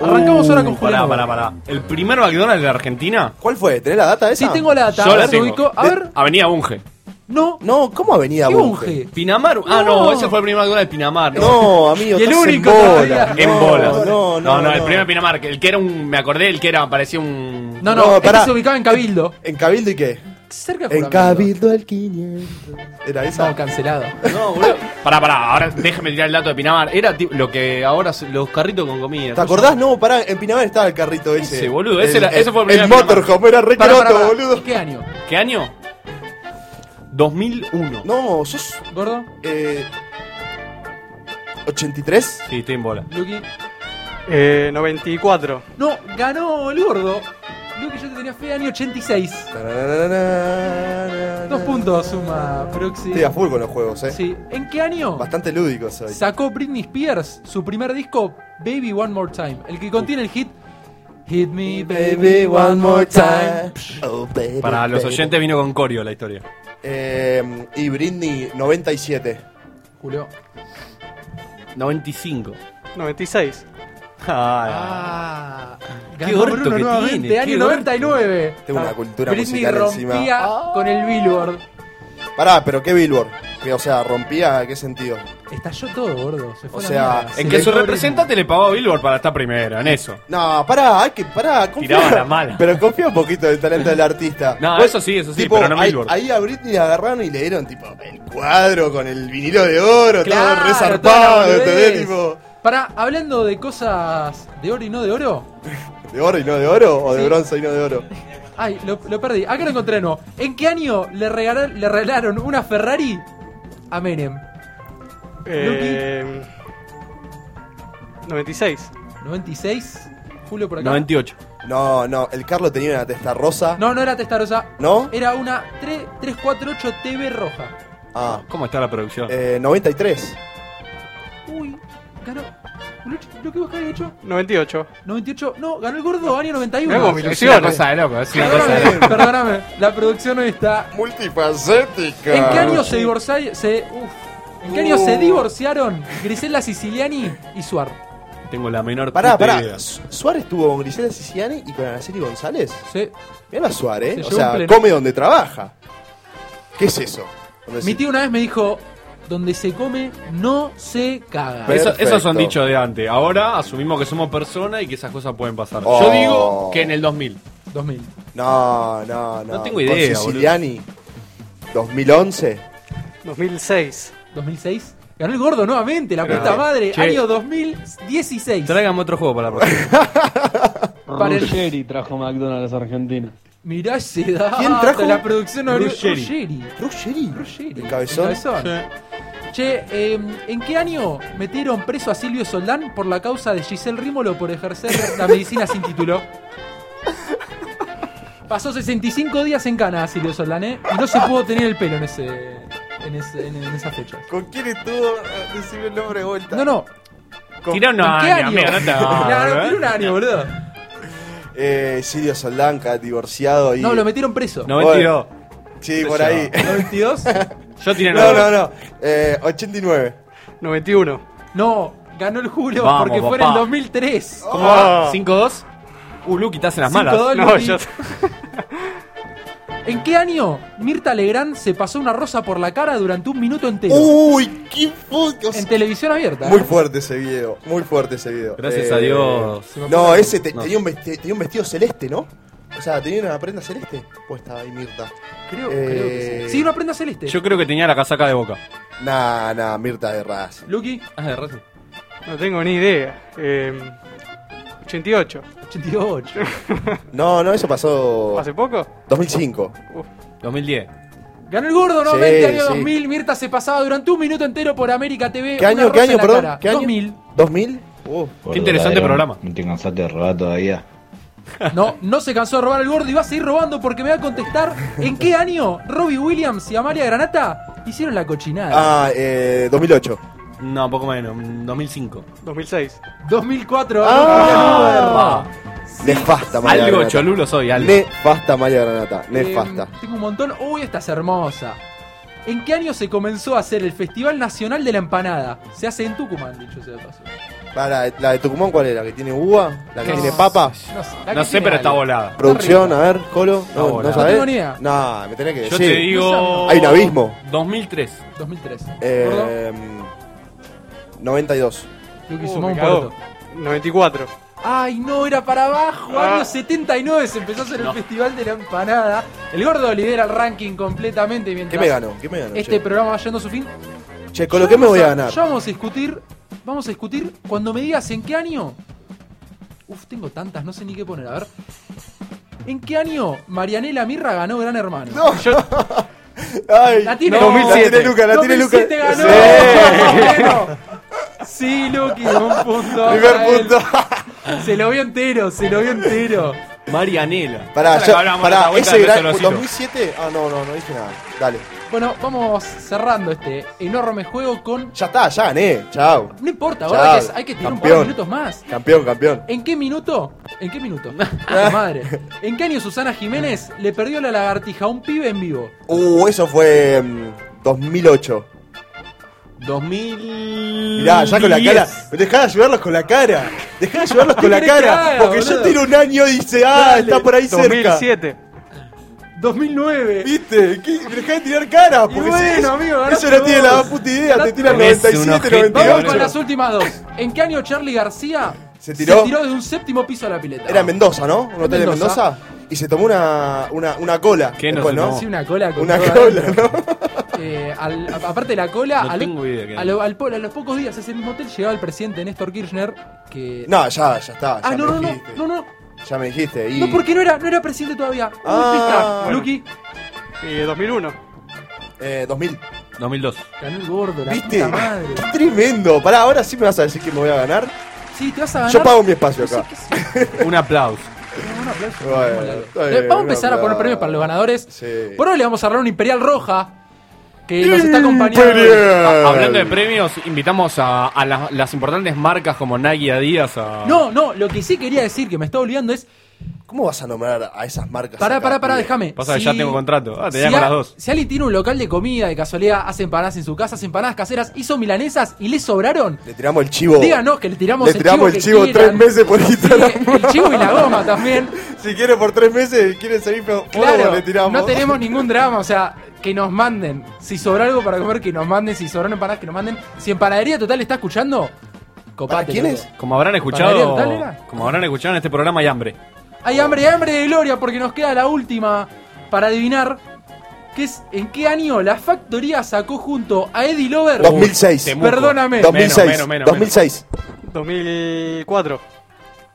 Speaker 3: Uh,
Speaker 2: Arrancamos ahora con Julián.
Speaker 1: Uh, Pará,
Speaker 2: Uber.
Speaker 1: pará, pará. ¿El primer McDonald's de Argentina?
Speaker 3: ¿Cuál fue? ¿Tenés la data esa?
Speaker 2: Sí, tengo la data.
Speaker 1: Yo
Speaker 2: a
Speaker 1: la
Speaker 2: ver,
Speaker 1: tengo.
Speaker 2: ubico. A
Speaker 3: De-
Speaker 2: ver,
Speaker 1: Avenida Bunge.
Speaker 2: no.
Speaker 3: No, ¿cómo Avenida
Speaker 2: ¿Qué
Speaker 3: Bunge?
Speaker 2: unge?
Speaker 1: Pinamar. Ah, no,
Speaker 2: No.
Speaker 1: ese fue el primer McDonald's de Pinamar.
Speaker 3: No, amigo,
Speaker 2: Y el
Speaker 3: estás
Speaker 2: único
Speaker 3: en
Speaker 2: todavía.
Speaker 3: bola.
Speaker 1: En
Speaker 3: No,
Speaker 1: bolas.
Speaker 3: No, no,
Speaker 1: el primer Pinamar, que- el que era un. Me acordé, el que era, parecía un.
Speaker 2: No, no,
Speaker 3: No,
Speaker 2: este
Speaker 3: pará.
Speaker 2: se ubicaba en Cabildo.
Speaker 3: ¿En Cabildo y qué?
Speaker 2: cerca de
Speaker 3: En
Speaker 2: juramento.
Speaker 3: Cabildo el 500. Era esa.
Speaker 2: No, cancelado.
Speaker 1: No, boludo. Pará, pará, ahora déjeme tirar el dato de Pinamar. Era ti- lo que ahora se- los carritos con comida.
Speaker 3: ¿Te acordás? No, pará, en Pinamar estaba el carrito ese.
Speaker 1: Ese, boludo, ese era- ese fue el
Speaker 3: el
Speaker 1: primer Pinamar.
Speaker 3: motorhome, era re
Speaker 2: Pará, pará,
Speaker 3: croto,
Speaker 2: pará.
Speaker 3: boludo.
Speaker 2: ¿Qué año?
Speaker 1: ¿Qué año? 2001.
Speaker 3: No, sos.
Speaker 2: ¿Gordo?
Speaker 3: Eh, 83.
Speaker 1: Sí, estoy en bola.
Speaker 2: ¿Luki?
Speaker 8: Eh, 94.
Speaker 2: No, ganó el gordo. Luki, yo te tenía fe año 86. Dos puntos suma Proxy.
Speaker 3: Estoy a full con los juegos, eh.
Speaker 2: Sí. ¿En qué año
Speaker 3: Bastante lúdicos hoy.
Speaker 2: sacó Britney Spears su primer disco, Baby One More Time? El que contiene el hit Hit Me Baby One More Time.
Speaker 3: Oh, baby,
Speaker 1: Para los
Speaker 3: baby.
Speaker 1: oyentes vino con Corio la historia.
Speaker 3: Eh, y Britney, 97.
Speaker 2: Julio.
Speaker 1: 95.
Speaker 8: 96.
Speaker 2: Ah,
Speaker 1: Qué
Speaker 2: ganó
Speaker 1: orto
Speaker 2: Bruno
Speaker 1: que
Speaker 2: nuevamente,
Speaker 1: tiene,
Speaker 2: año
Speaker 1: qué orto.
Speaker 2: 99.
Speaker 3: Tengo una
Speaker 2: Ah,
Speaker 3: cultura
Speaker 2: Britney
Speaker 3: musical
Speaker 2: rompía
Speaker 3: encima.
Speaker 2: con el Billboard.
Speaker 3: Pará, pero qué Billboard. Que, o sea, rompía, ¿qué sentido?
Speaker 2: Estalló todo, gordo. Se fue
Speaker 3: O
Speaker 2: la
Speaker 3: sea,
Speaker 2: mierda.
Speaker 1: En
Speaker 2: Se
Speaker 1: que
Speaker 2: le
Speaker 1: su
Speaker 2: fue
Speaker 1: representante le pagó a Billboard para estar primero, en eso.
Speaker 3: No, pará, hay que pará, confía.
Speaker 1: Tiraba la mala.
Speaker 3: Pero confía un poquito del talento del artista.
Speaker 1: No, eso sí, eso sí,
Speaker 3: tipo,
Speaker 1: pero no
Speaker 3: ahí,
Speaker 1: Billboard.
Speaker 3: ahí a Britney la agarraron y le dieron tipo el cuadro con el vinilo de oro,
Speaker 2: Claro,
Speaker 3: todo
Speaker 2: toda
Speaker 3: resarpado,
Speaker 2: la
Speaker 3: ¿entendés?
Speaker 2: boludez.
Speaker 3: Tipo,
Speaker 2: Pará, hablando de cosas de oro y no de oro.
Speaker 3: ¿De oro y no de oro? ¿O de
Speaker 2: Sí.
Speaker 3: bronce y no de oro?
Speaker 2: Ay, lo, lo perdí. Acá lo encontré, no. ¿En qué año le, regalar- le regalaron una Ferrari a Menem?
Speaker 8: Eh, 96.
Speaker 2: ¿96? Julio por acá.
Speaker 1: 98.
Speaker 3: No, no, el Carlos tenía una testa rosa.
Speaker 2: No, no era testarosa.
Speaker 3: ¿No?
Speaker 2: Era una 3348 TV roja.
Speaker 3: Ah,
Speaker 1: ¿Cómo está la producción?
Speaker 3: eh, 93.
Speaker 2: Uy, ganó. Lo, lo que vos habías hecho.
Speaker 8: 98.
Speaker 2: 98. No, ganó el gordo año 91.
Speaker 8: Luego,
Speaker 1: es una cosa
Speaker 8: ilusiones.
Speaker 1: de loco, es una cosa de
Speaker 2: Perdóname, perdóname. La producción hoy está
Speaker 3: Multifacética.
Speaker 2: ¿En qué año se divorciaron? Se, uf. ¿En qué año se divorciaron Grisela Siciliani y Suar?
Speaker 1: Tengo la menor
Speaker 3: Pará,
Speaker 1: puta
Speaker 3: pará.
Speaker 1: idea.
Speaker 3: Su- Suárez estuvo con Grisela Siciliani y con Araceli González.
Speaker 2: Sí.
Speaker 3: Mirá la Suárez,
Speaker 2: Se
Speaker 3: ¿eh?
Speaker 2: llevó
Speaker 3: O
Speaker 2: un
Speaker 3: sea,
Speaker 2: pleno.
Speaker 3: come donde trabaja. ¿Qué es eso? Donde
Speaker 2: Mi
Speaker 3: se-
Speaker 2: tío una vez me dijo, donde se come no se caga.
Speaker 3: Pero-
Speaker 1: Eso-
Speaker 3: Perfecto.
Speaker 1: esos son dichos de antes. Ahora asumimos que somos personas y que esas cosas pueden pasar.
Speaker 3: Oh.
Speaker 1: Yo digo que en el 2000.
Speaker 2: 2000.
Speaker 3: No, no, no.
Speaker 1: No tengo idea,
Speaker 3: Con Siciliani. 2011.
Speaker 8: 2006.
Speaker 2: 2006. Ganó el gordo nuevamente, la
Speaker 1: Pero-
Speaker 2: puta madre.
Speaker 1: Che.
Speaker 2: Año 2016.
Speaker 1: Tráigame otro juego para la próxima.
Speaker 2: Para el-
Speaker 9: Ruggeri trajo McDonald's a Argentina.
Speaker 2: Mirá ese dato,
Speaker 3: ¿Quién trajo?
Speaker 2: La producción abrió.
Speaker 1: Ruggeri.
Speaker 2: Ruggeri.
Speaker 3: Ruggeri.
Speaker 2: Ruggeri.
Speaker 3: El cabezón.
Speaker 2: Che, eh, ¿en qué año metieron preso a Silvio Soldán por la causa de Giselle Rímolo por ejercer la medicina sin título? Pasó 65 días en cana Silvio Soldán, ¿eh? Y no se pudo tener el pelo en ese, en, ese- en- en esas fechas.
Speaker 3: ¿Con quién estuvo? Decime el nombre de vuelta.
Speaker 2: No, no.
Speaker 1: Tirá un
Speaker 2: ¿En qué
Speaker 1: año,
Speaker 2: año?
Speaker 1: amigo, no te hagas,
Speaker 2: Claro,
Speaker 1: ¿eh?
Speaker 2: tiene un año, boludo.
Speaker 3: Eh, Sirio Soldanca, divorciado y.
Speaker 2: No, lo metieron preso.
Speaker 1: 92.
Speaker 3: Sí, por ahí.
Speaker 2: 92.
Speaker 1: Yo tiré
Speaker 3: No, no, no. Eh, 89.
Speaker 8: 91.
Speaker 2: No, ganó el Julio
Speaker 1: Vamos,
Speaker 2: porque fue en
Speaker 1: papá.
Speaker 2: el 2003.
Speaker 1: ¿Cómo va? 5-2. Uh, Luqui, te hacen las malas.
Speaker 2: 5-2,
Speaker 8: No,
Speaker 2: Luqui.
Speaker 8: yo.
Speaker 2: ¿En qué año Mirta Legrand se pasó una rosa por la cara durante un minuto entero?
Speaker 3: Uy, qué puto.
Speaker 2: En televisión abierta.
Speaker 3: Uh,
Speaker 2: ¿eh?
Speaker 3: Muy fuerte ese video. Muy fuerte ese video.
Speaker 1: Gracias
Speaker 3: Eh,
Speaker 1: a Dios.
Speaker 3: No, ese te-
Speaker 1: No.
Speaker 3: Tenía, un vesti- tenía un vestido celeste, ¿no? O sea, tenía una prenda celeste puesta ahí, Mirta.
Speaker 2: Creo,
Speaker 3: Eh,
Speaker 2: creo que sí. Sí, una prenda celeste.
Speaker 1: Yo creo que tenía la casaca de boca.
Speaker 3: Nah, nah, Mirta de Racing.
Speaker 2: Lucky,
Speaker 1: Ah, de Racing.
Speaker 8: No tengo ni idea. Eh, 88.
Speaker 2: 88.
Speaker 3: No, no, eso pasó.
Speaker 8: ¿Hace poco?
Speaker 3: 2005.
Speaker 1: 2010.
Speaker 2: Ganó el gordo, ¿no? 20 año
Speaker 3: sí.
Speaker 2: 2000. Mirta se pasaba durante un minuto entero por América TV.
Speaker 3: ¿Qué
Speaker 2: una
Speaker 3: año, qué
Speaker 2: rosa en
Speaker 3: año,
Speaker 2: la
Speaker 3: perdón?
Speaker 2: cara.
Speaker 3: ¿Qué año?
Speaker 2: 2000.
Speaker 3: 2000. Uh,
Speaker 1: Qué interesante programa.
Speaker 9: ¿No te cansaste de robar todavía?
Speaker 2: No, no se cansó de robar el gordo y va a seguir robando porque me va a contestar en qué año Robbie Williams y Amalia Granata hicieron la cochinada.
Speaker 3: Ah, eh, 2008.
Speaker 1: No, poco menos. mm, 2005.
Speaker 8: 2006.
Speaker 2: 2004.
Speaker 3: Ah, Nefasta, María
Speaker 1: Algo
Speaker 3: Granata.
Speaker 1: cholulo soy, algo.
Speaker 3: Nefasta, María Granata.
Speaker 2: Eh,
Speaker 3: Nefasta.
Speaker 2: tengo un montón. Uy, esta es hermosa. ¿En qué año se comenzó a hacer el Festival Nacional de la Empanada? Se hace en Tucumán, dicho sea de paso.
Speaker 3: Ah, la, de- la de Tucumán, ¿cuál era? ¿La que tiene uva? ¿La que
Speaker 2: No.
Speaker 3: tiene papa?
Speaker 2: No sé, la que
Speaker 1: No sé,
Speaker 2: tiene
Speaker 1: pero
Speaker 2: algo.
Speaker 1: está volada.
Speaker 3: Producción, a ver, Colo.
Speaker 1: Está
Speaker 3: No,
Speaker 1: volada.
Speaker 3: no
Speaker 1: No
Speaker 3: sabés.
Speaker 2: tengo ni idea.
Speaker 3: Nah, me tenés que
Speaker 1: Yo te
Speaker 3: decir.
Speaker 2: No
Speaker 1: digo.
Speaker 3: Hay un abismo.
Speaker 1: 2003.
Speaker 2: 2003. Gordo,
Speaker 3: Eh, 92.
Speaker 2: Creo que
Speaker 8: Uh,
Speaker 2: sumó
Speaker 8: me
Speaker 2: un
Speaker 8: cagó.
Speaker 2: puerto.
Speaker 8: 94.
Speaker 2: Ay, no, era para abajo.
Speaker 8: Ah.
Speaker 2: Año 79 se empezó a hacer el Festival de la Empanada. El gordo lidera el ranking completamente mientras.
Speaker 3: ¿Qué me ganó? ¿Qué me ganó,
Speaker 2: Este
Speaker 3: che?
Speaker 2: programa va yendo a su fin.
Speaker 3: Che, con lo que me voy a ganar.
Speaker 2: Ya vamos a discutir. Vamos a discutir cuando me digas en qué año. Uf, tengo tantas, no sé ni qué poner. A ver. ¿En qué año Marianela Mirra ganó Gran Hermano?
Speaker 3: No, Ay,
Speaker 2: La tiene.
Speaker 3: no,
Speaker 1: 2007.
Speaker 3: La tiene Luca, la tiene Luca.
Speaker 2: 2007 ganó. Bueno. Sí, Luqui, un punto. para
Speaker 3: Primer
Speaker 2: él.
Speaker 3: punto.
Speaker 2: Se lo vio entero, se lo vio entero.
Speaker 1: Marianela.
Speaker 3: Pará,
Speaker 1: Ahora
Speaker 3: yo-
Speaker 1: hablamos de la
Speaker 3: pará,
Speaker 1: vuelta
Speaker 3: ese
Speaker 1: del
Speaker 3: gran.
Speaker 1: Solocito.
Speaker 3: 2007. Ah, no, no, no dije nada. Dale.
Speaker 2: Bueno, vamos cerrando este enorme juego con.
Speaker 3: Ya está, ya gané. Chao.
Speaker 2: No importa,
Speaker 3: Chao,
Speaker 2: ahora hay que, hay que tirar un par de
Speaker 3: campeón.
Speaker 2: minutos más.
Speaker 3: Campeón, campeón.
Speaker 2: ¿En qué minuto? ¿En qué minuto? Ah, madre. ¿En qué año Susana Jiménez le perdió la lagartija a un pibe en vivo?
Speaker 3: Uh, eso fue. mm, 2008.
Speaker 1: 2000.
Speaker 3: Mirá, ya con la cara. Dejá de ayudarlos con la cara. Dejá de ayudarlos con la
Speaker 2: ¿Qué querés que
Speaker 3: cara.
Speaker 2: haga,
Speaker 3: Porque
Speaker 2: boludo?
Speaker 3: yo tiro un año y dice, ah,
Speaker 2: Dale.
Speaker 3: está por ahí cerca.
Speaker 8: 2007.
Speaker 2: 2009.
Speaker 3: ¿Viste? ¿Qué? Dejá de tirar cara.
Speaker 2: Y
Speaker 3: Porque
Speaker 2: bueno,
Speaker 3: eso,
Speaker 2: amigo, ganaste
Speaker 3: eso no tiene la
Speaker 2: vos.
Speaker 3: más puta idea. Te
Speaker 2: Ganaste
Speaker 3: tiran
Speaker 1: vos. Tenés un
Speaker 3: 97,
Speaker 1: ojete,
Speaker 2: Vamos con
Speaker 3: 98.
Speaker 2: las últimas dos. ¿En qué año Charlie García
Speaker 3: ¿Se tiró?
Speaker 2: de un séptimo piso a la pileta?
Speaker 3: Era en Mendoza, ¿no? Un hotel en
Speaker 2: Mendoza.
Speaker 3: Mendoza. Y se tomó una, una, una cola.
Speaker 1: ¿Qué no
Speaker 3: después,
Speaker 1: se
Speaker 3: ¿no?
Speaker 1: tomó?
Speaker 2: Sí, una cola con
Speaker 3: Una
Speaker 2: todo
Speaker 3: cola,
Speaker 2: adentro.
Speaker 3: ¿no?
Speaker 2: Eh, al- a- aparte de la cola,
Speaker 1: No
Speaker 2: al-
Speaker 1: tengo idea qué
Speaker 2: a, lo- al po- a los pocos días ese mismo hotel llegaba el presidente Néstor Kirchner que...
Speaker 3: No, ya, ya está.
Speaker 2: ah, no,
Speaker 3: ya me
Speaker 2: no, no,
Speaker 3: dijiste.
Speaker 2: no, no,
Speaker 3: Ya me dijiste. Y...
Speaker 2: no, porque no era, no era presidente todavía. Uy,
Speaker 3: Ah,
Speaker 2: pista,
Speaker 3: bueno.
Speaker 2: Luqui.
Speaker 8: Eh, 2001.
Speaker 3: Eh, 2000.
Speaker 1: 2002.
Speaker 2: Ganó el gordo, la
Speaker 3: ¿Viste?
Speaker 2: puta madre.
Speaker 3: Qué Tremendo. Pará, ahora sí me vas a decir que me voy a ganar.
Speaker 2: Sí, te vas a ganar.
Speaker 3: Yo pago mi espacio acá.
Speaker 1: Un aplauso.
Speaker 2: Un aplauso.
Speaker 3: Bueno,
Speaker 2: Démosle algo.
Speaker 3: está bien,
Speaker 2: Vamos a empezar
Speaker 3: un
Speaker 2: a poner premios para los ganadores.
Speaker 3: Sí.
Speaker 2: Por hoy le vamos a arreglar un Imperial Roja que nos está acompañando.
Speaker 1: Ah, Hablando de premios, invitamos a, a las, las importantes marcas como Nike y Adidas a.
Speaker 2: No, no, lo que sí quería decir que me está olvidando es.
Speaker 3: ¿Cómo vas a nombrar a esas marcas?
Speaker 2: Pará,
Speaker 3: acá,
Speaker 2: pará, pará,
Speaker 3: pibe?
Speaker 2: déjame.
Speaker 1: Pasa que ya tengo contrato. Ah, tenía con
Speaker 2: a-
Speaker 1: las dos.
Speaker 2: Si alguien tiene un local de comida, de casualidad, hace empanadas en su casa, hace empanadas caseras, hizo milanesas y le sobraron.
Speaker 3: Le tiramos el chivo.
Speaker 2: Díganos que le tiramos
Speaker 3: Le
Speaker 2: el
Speaker 3: tiramos
Speaker 2: chivo
Speaker 3: el
Speaker 2: que
Speaker 3: chivo tres
Speaker 2: quieran.
Speaker 3: meses por
Speaker 2: Sí,
Speaker 3: Instagram.
Speaker 2: el chivo y la goma también.
Speaker 3: Si quiere por tres meses, quiere seguir pero
Speaker 2: Claro,
Speaker 3: le tiramos.
Speaker 2: no tenemos ningún drama, o sea, que nos manden. Si sobra algo para comer, que nos manden. Si sobran empanadas, que nos manden. Si en Panadería Total está escuchando, copate.
Speaker 3: ¿Para quién
Speaker 2: loco.
Speaker 3: es?
Speaker 1: Como habrán
Speaker 2: Panadería
Speaker 1: escuchado.
Speaker 2: Total era.
Speaker 1: Como habrán escuchado en este programa hay hambre.
Speaker 2: Hay hambre, hay hambre de gloria porque nos queda la última para adivinar. Que es en qué año la factoría sacó junto a Eddie Lover.
Speaker 3: 2006.
Speaker 1: Temuco.
Speaker 2: Perdóname.
Speaker 1: Menos,
Speaker 3: 2006.
Speaker 1: menos, menos, menos.
Speaker 3: 2006.
Speaker 8: 2004.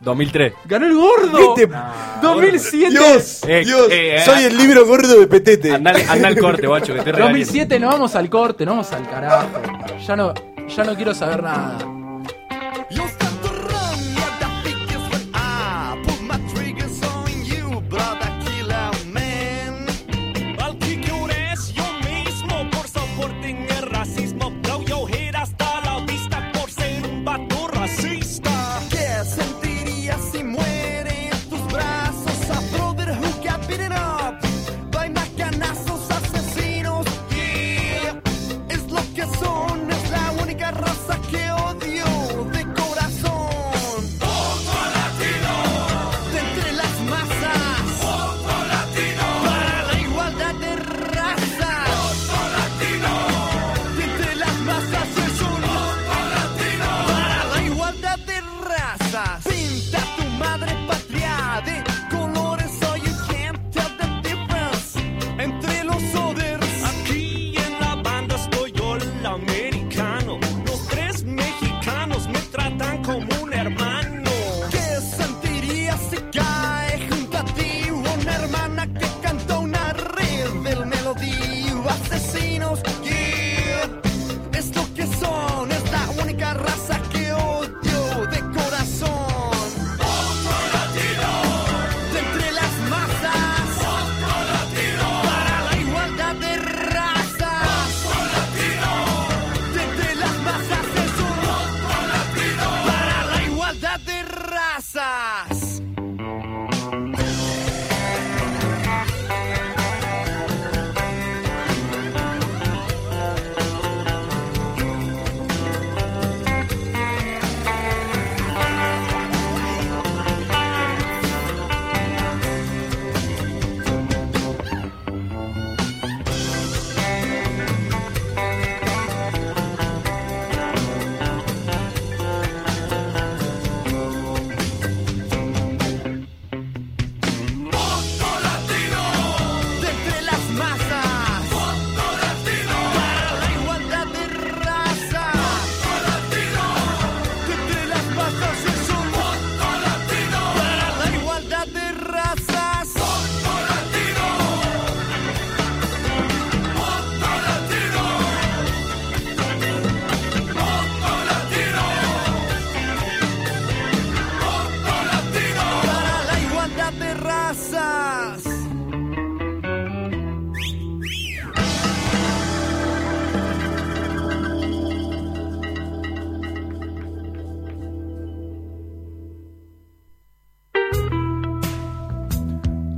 Speaker 1: 2003.
Speaker 2: Ganó el gordo.
Speaker 3: Viste,
Speaker 2: 2007.
Speaker 3: Dios,
Speaker 1: Eh,
Speaker 3: Dios,
Speaker 1: eh, eh,
Speaker 3: soy el libro gordo de Petete.
Speaker 1: Andá al- andá al corte, guacho, que te
Speaker 2: 2007 nos vamos al corte, nos vamos al carajo. Ya no, ya no quiero saber nada.
Speaker 7: You start to run, yeah, that big is when I pull my triggers on you, brother killer man. I'll kick your ass yo mismo por soporting el racismo. Blow your head hasta la vista por ser un vato racista. ¿Qué sentirías si muere en tus brazos a brother who got beaten up? By macanazos asesinos, yeah. Es lo que son, es la única raza que odio.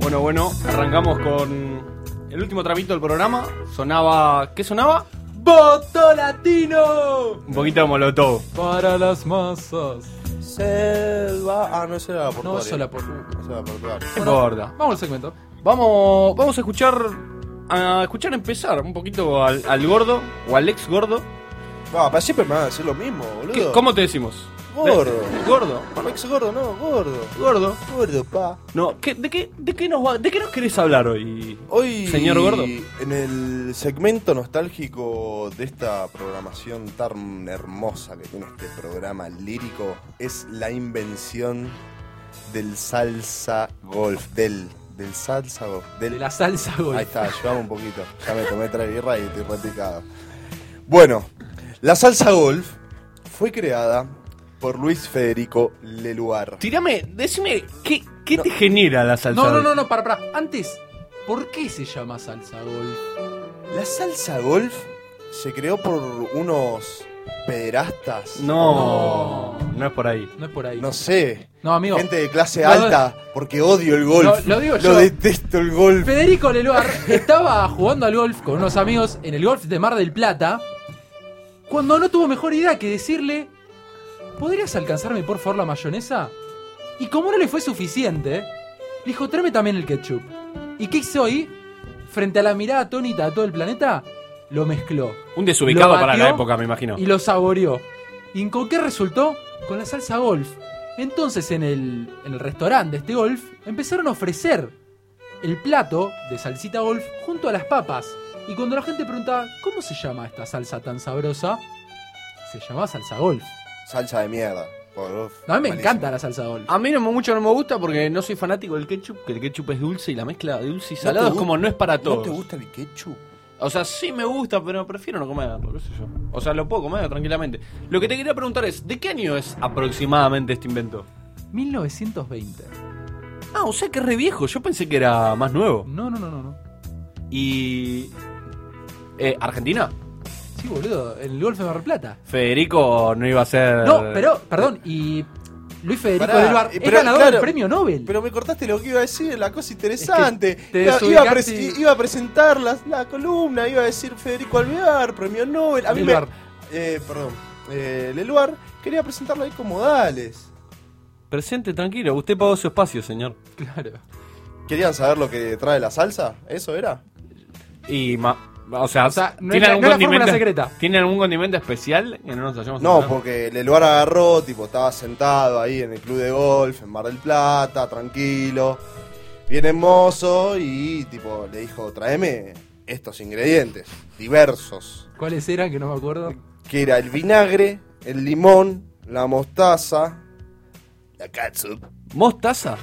Speaker 1: bueno, bueno. Arrancamos con el último tramito del programa. Sonaba. ¿Qué sonaba?
Speaker 4: ¡Voto latino!
Speaker 1: Un poquito de molotov.
Speaker 4: Para las masas.
Speaker 3: Selva. Ah, no, esa era la portuaria.
Speaker 2: No, eso la por.
Speaker 3: Esa era la portuaria.
Speaker 1: No importa.
Speaker 2: Vamos al segmento.
Speaker 1: Vamos, vamos a escuchar. A escuchar empezar un poquito al, al gordo o al ex gordo.
Speaker 3: No, para siempre me van a decir lo mismo, boludo.
Speaker 1: ¿Qué- ¿Cómo te decimos?
Speaker 3: Gordo.
Speaker 1: Gordo.
Speaker 3: Ex gordo, no, gordo.
Speaker 1: Gordo.
Speaker 3: Gordo, pa.
Speaker 1: No, ¿qué- de, qué, ¿de qué nos va- de qué nos querés hablar hoy?
Speaker 3: Hoy,
Speaker 1: Señor Gordo.
Speaker 3: en el segmento nostálgico de esta programación tan hermosa que tiene este programa lírico, es la invención del salsa golf. Del, del salsa golf. Del,
Speaker 2: De la salsa,
Speaker 3: Ahí
Speaker 2: güey.
Speaker 3: está, llevame un poquito. Ya me tomé tres birras y estoy repicado. Bueno, la salsa golf fue creada por Luis Federico Leluar.
Speaker 1: Tirame, decime, ¿qué, qué te genera la salsa?
Speaker 2: No, no, no, no, para, para. Antes, ¿por qué se llama salsa golf?
Speaker 3: La salsa golf se creó por unos pederastas.
Speaker 1: No, no es por ahí.
Speaker 2: No es por ahí.
Speaker 3: No sé.
Speaker 2: No, amigo.
Speaker 3: Gente de clase
Speaker 2: No,
Speaker 3: alta, porque odio el golf.
Speaker 2: No, lo digo yo.
Speaker 3: detesto el golf.
Speaker 2: Federico Leluar estaba jugando al golf con unos amigos en el golf de Mar del Plata cuando no tuvo mejor idea que decirle, ¿podrías alcanzarme por favor la mayonesa? Y como no le fue suficiente, le dijo, tráeme también el ketchup. ¿Y qué hizo ahí? Frente a la mirada atónita de todo el planeta, lo mezcló
Speaker 1: Un desubicado
Speaker 2: Lo
Speaker 1: para la
Speaker 2: batió
Speaker 1: época, me imagino.
Speaker 2: y lo saboreó. ¿Y con qué resultó? Con la salsa golf. Entonces en el, en el restaurante de este golf empezaron a ofrecer el plato de salsita golf junto a las papas. Y cuando la gente preguntaba, ¿cómo se llama esta salsa tan sabrosa? Se llamaba salsa golf.
Speaker 3: Salsa de mierda. por golf.
Speaker 2: No, a mí me
Speaker 3: Malísimo.
Speaker 2: encanta la salsa golf.
Speaker 1: A mí no, me- mucho no me gusta porque no soy fanático del ketchup, que el ketchup es dulce y la mezcla de dulce y
Speaker 3: te
Speaker 1: salado es
Speaker 3: gu-
Speaker 1: como no es para
Speaker 3: ¿No
Speaker 1: todos.
Speaker 3: te gusta el ketchup?
Speaker 1: O sea, sí me gusta, pero prefiero no comerlo, qué sé yo. O sea, lo puedo comer tranquilamente. Lo que te quería preguntar es, ¿de qué año es aproximadamente este invento?
Speaker 2: 1920.
Speaker 1: Ah, o sea que es re viejo, yo pensé que era más nuevo.
Speaker 2: No, no, no, no. no.
Speaker 1: Y... eh, ¿Argentina?
Speaker 2: Sí, boludo, el golf de Mar del Plata.
Speaker 1: Federico no iba a ser...
Speaker 2: No, pero, perdón, y Luis Federico
Speaker 3: Eh. Pará,
Speaker 2: del Bar
Speaker 3: eh,
Speaker 2: es
Speaker 3: pero,
Speaker 2: ganador
Speaker 3: claro,
Speaker 2: del premio Nobel.
Speaker 3: Pero me cortaste lo que iba a decir, la cosa interesante.
Speaker 2: te
Speaker 3: iba, iba a pres-
Speaker 2: desubicaste.
Speaker 3: iba a presentar la, la columna, iba a decir Federico Alvear, premio Nobel. A mí
Speaker 2: Leluar.
Speaker 3: me. Eh, perdón. Eh, Leluar quería presentarlo ahí como Dales.
Speaker 1: Presente, tranquilo, usted pagó su espacio, señor.
Speaker 2: Claro.
Speaker 3: ¿Querían saber lo que trae la salsa? ¿Eso era?
Speaker 1: Y ma- O sea,
Speaker 2: O sea, no
Speaker 1: ¿tiene, algún
Speaker 2: es la- no es la fórmula
Speaker 1: condimento,
Speaker 2: secreta.
Speaker 1: ¿tiene algún condimento especial que no nos hayamos
Speaker 3: No,
Speaker 1: enterado?
Speaker 3: porque Leluar agarró, tipo, estaba sentado ahí en el club de golf, en Mar del Plata, tranquilo. Bien hermoso y, tipo, le dijo: tráeme estos ingredientes diversos.
Speaker 2: ¿Cuáles eran? Que no me acuerdo.
Speaker 3: que era el vinagre, el limón, la mostaza, la catsup,
Speaker 1: ¿Mostaza?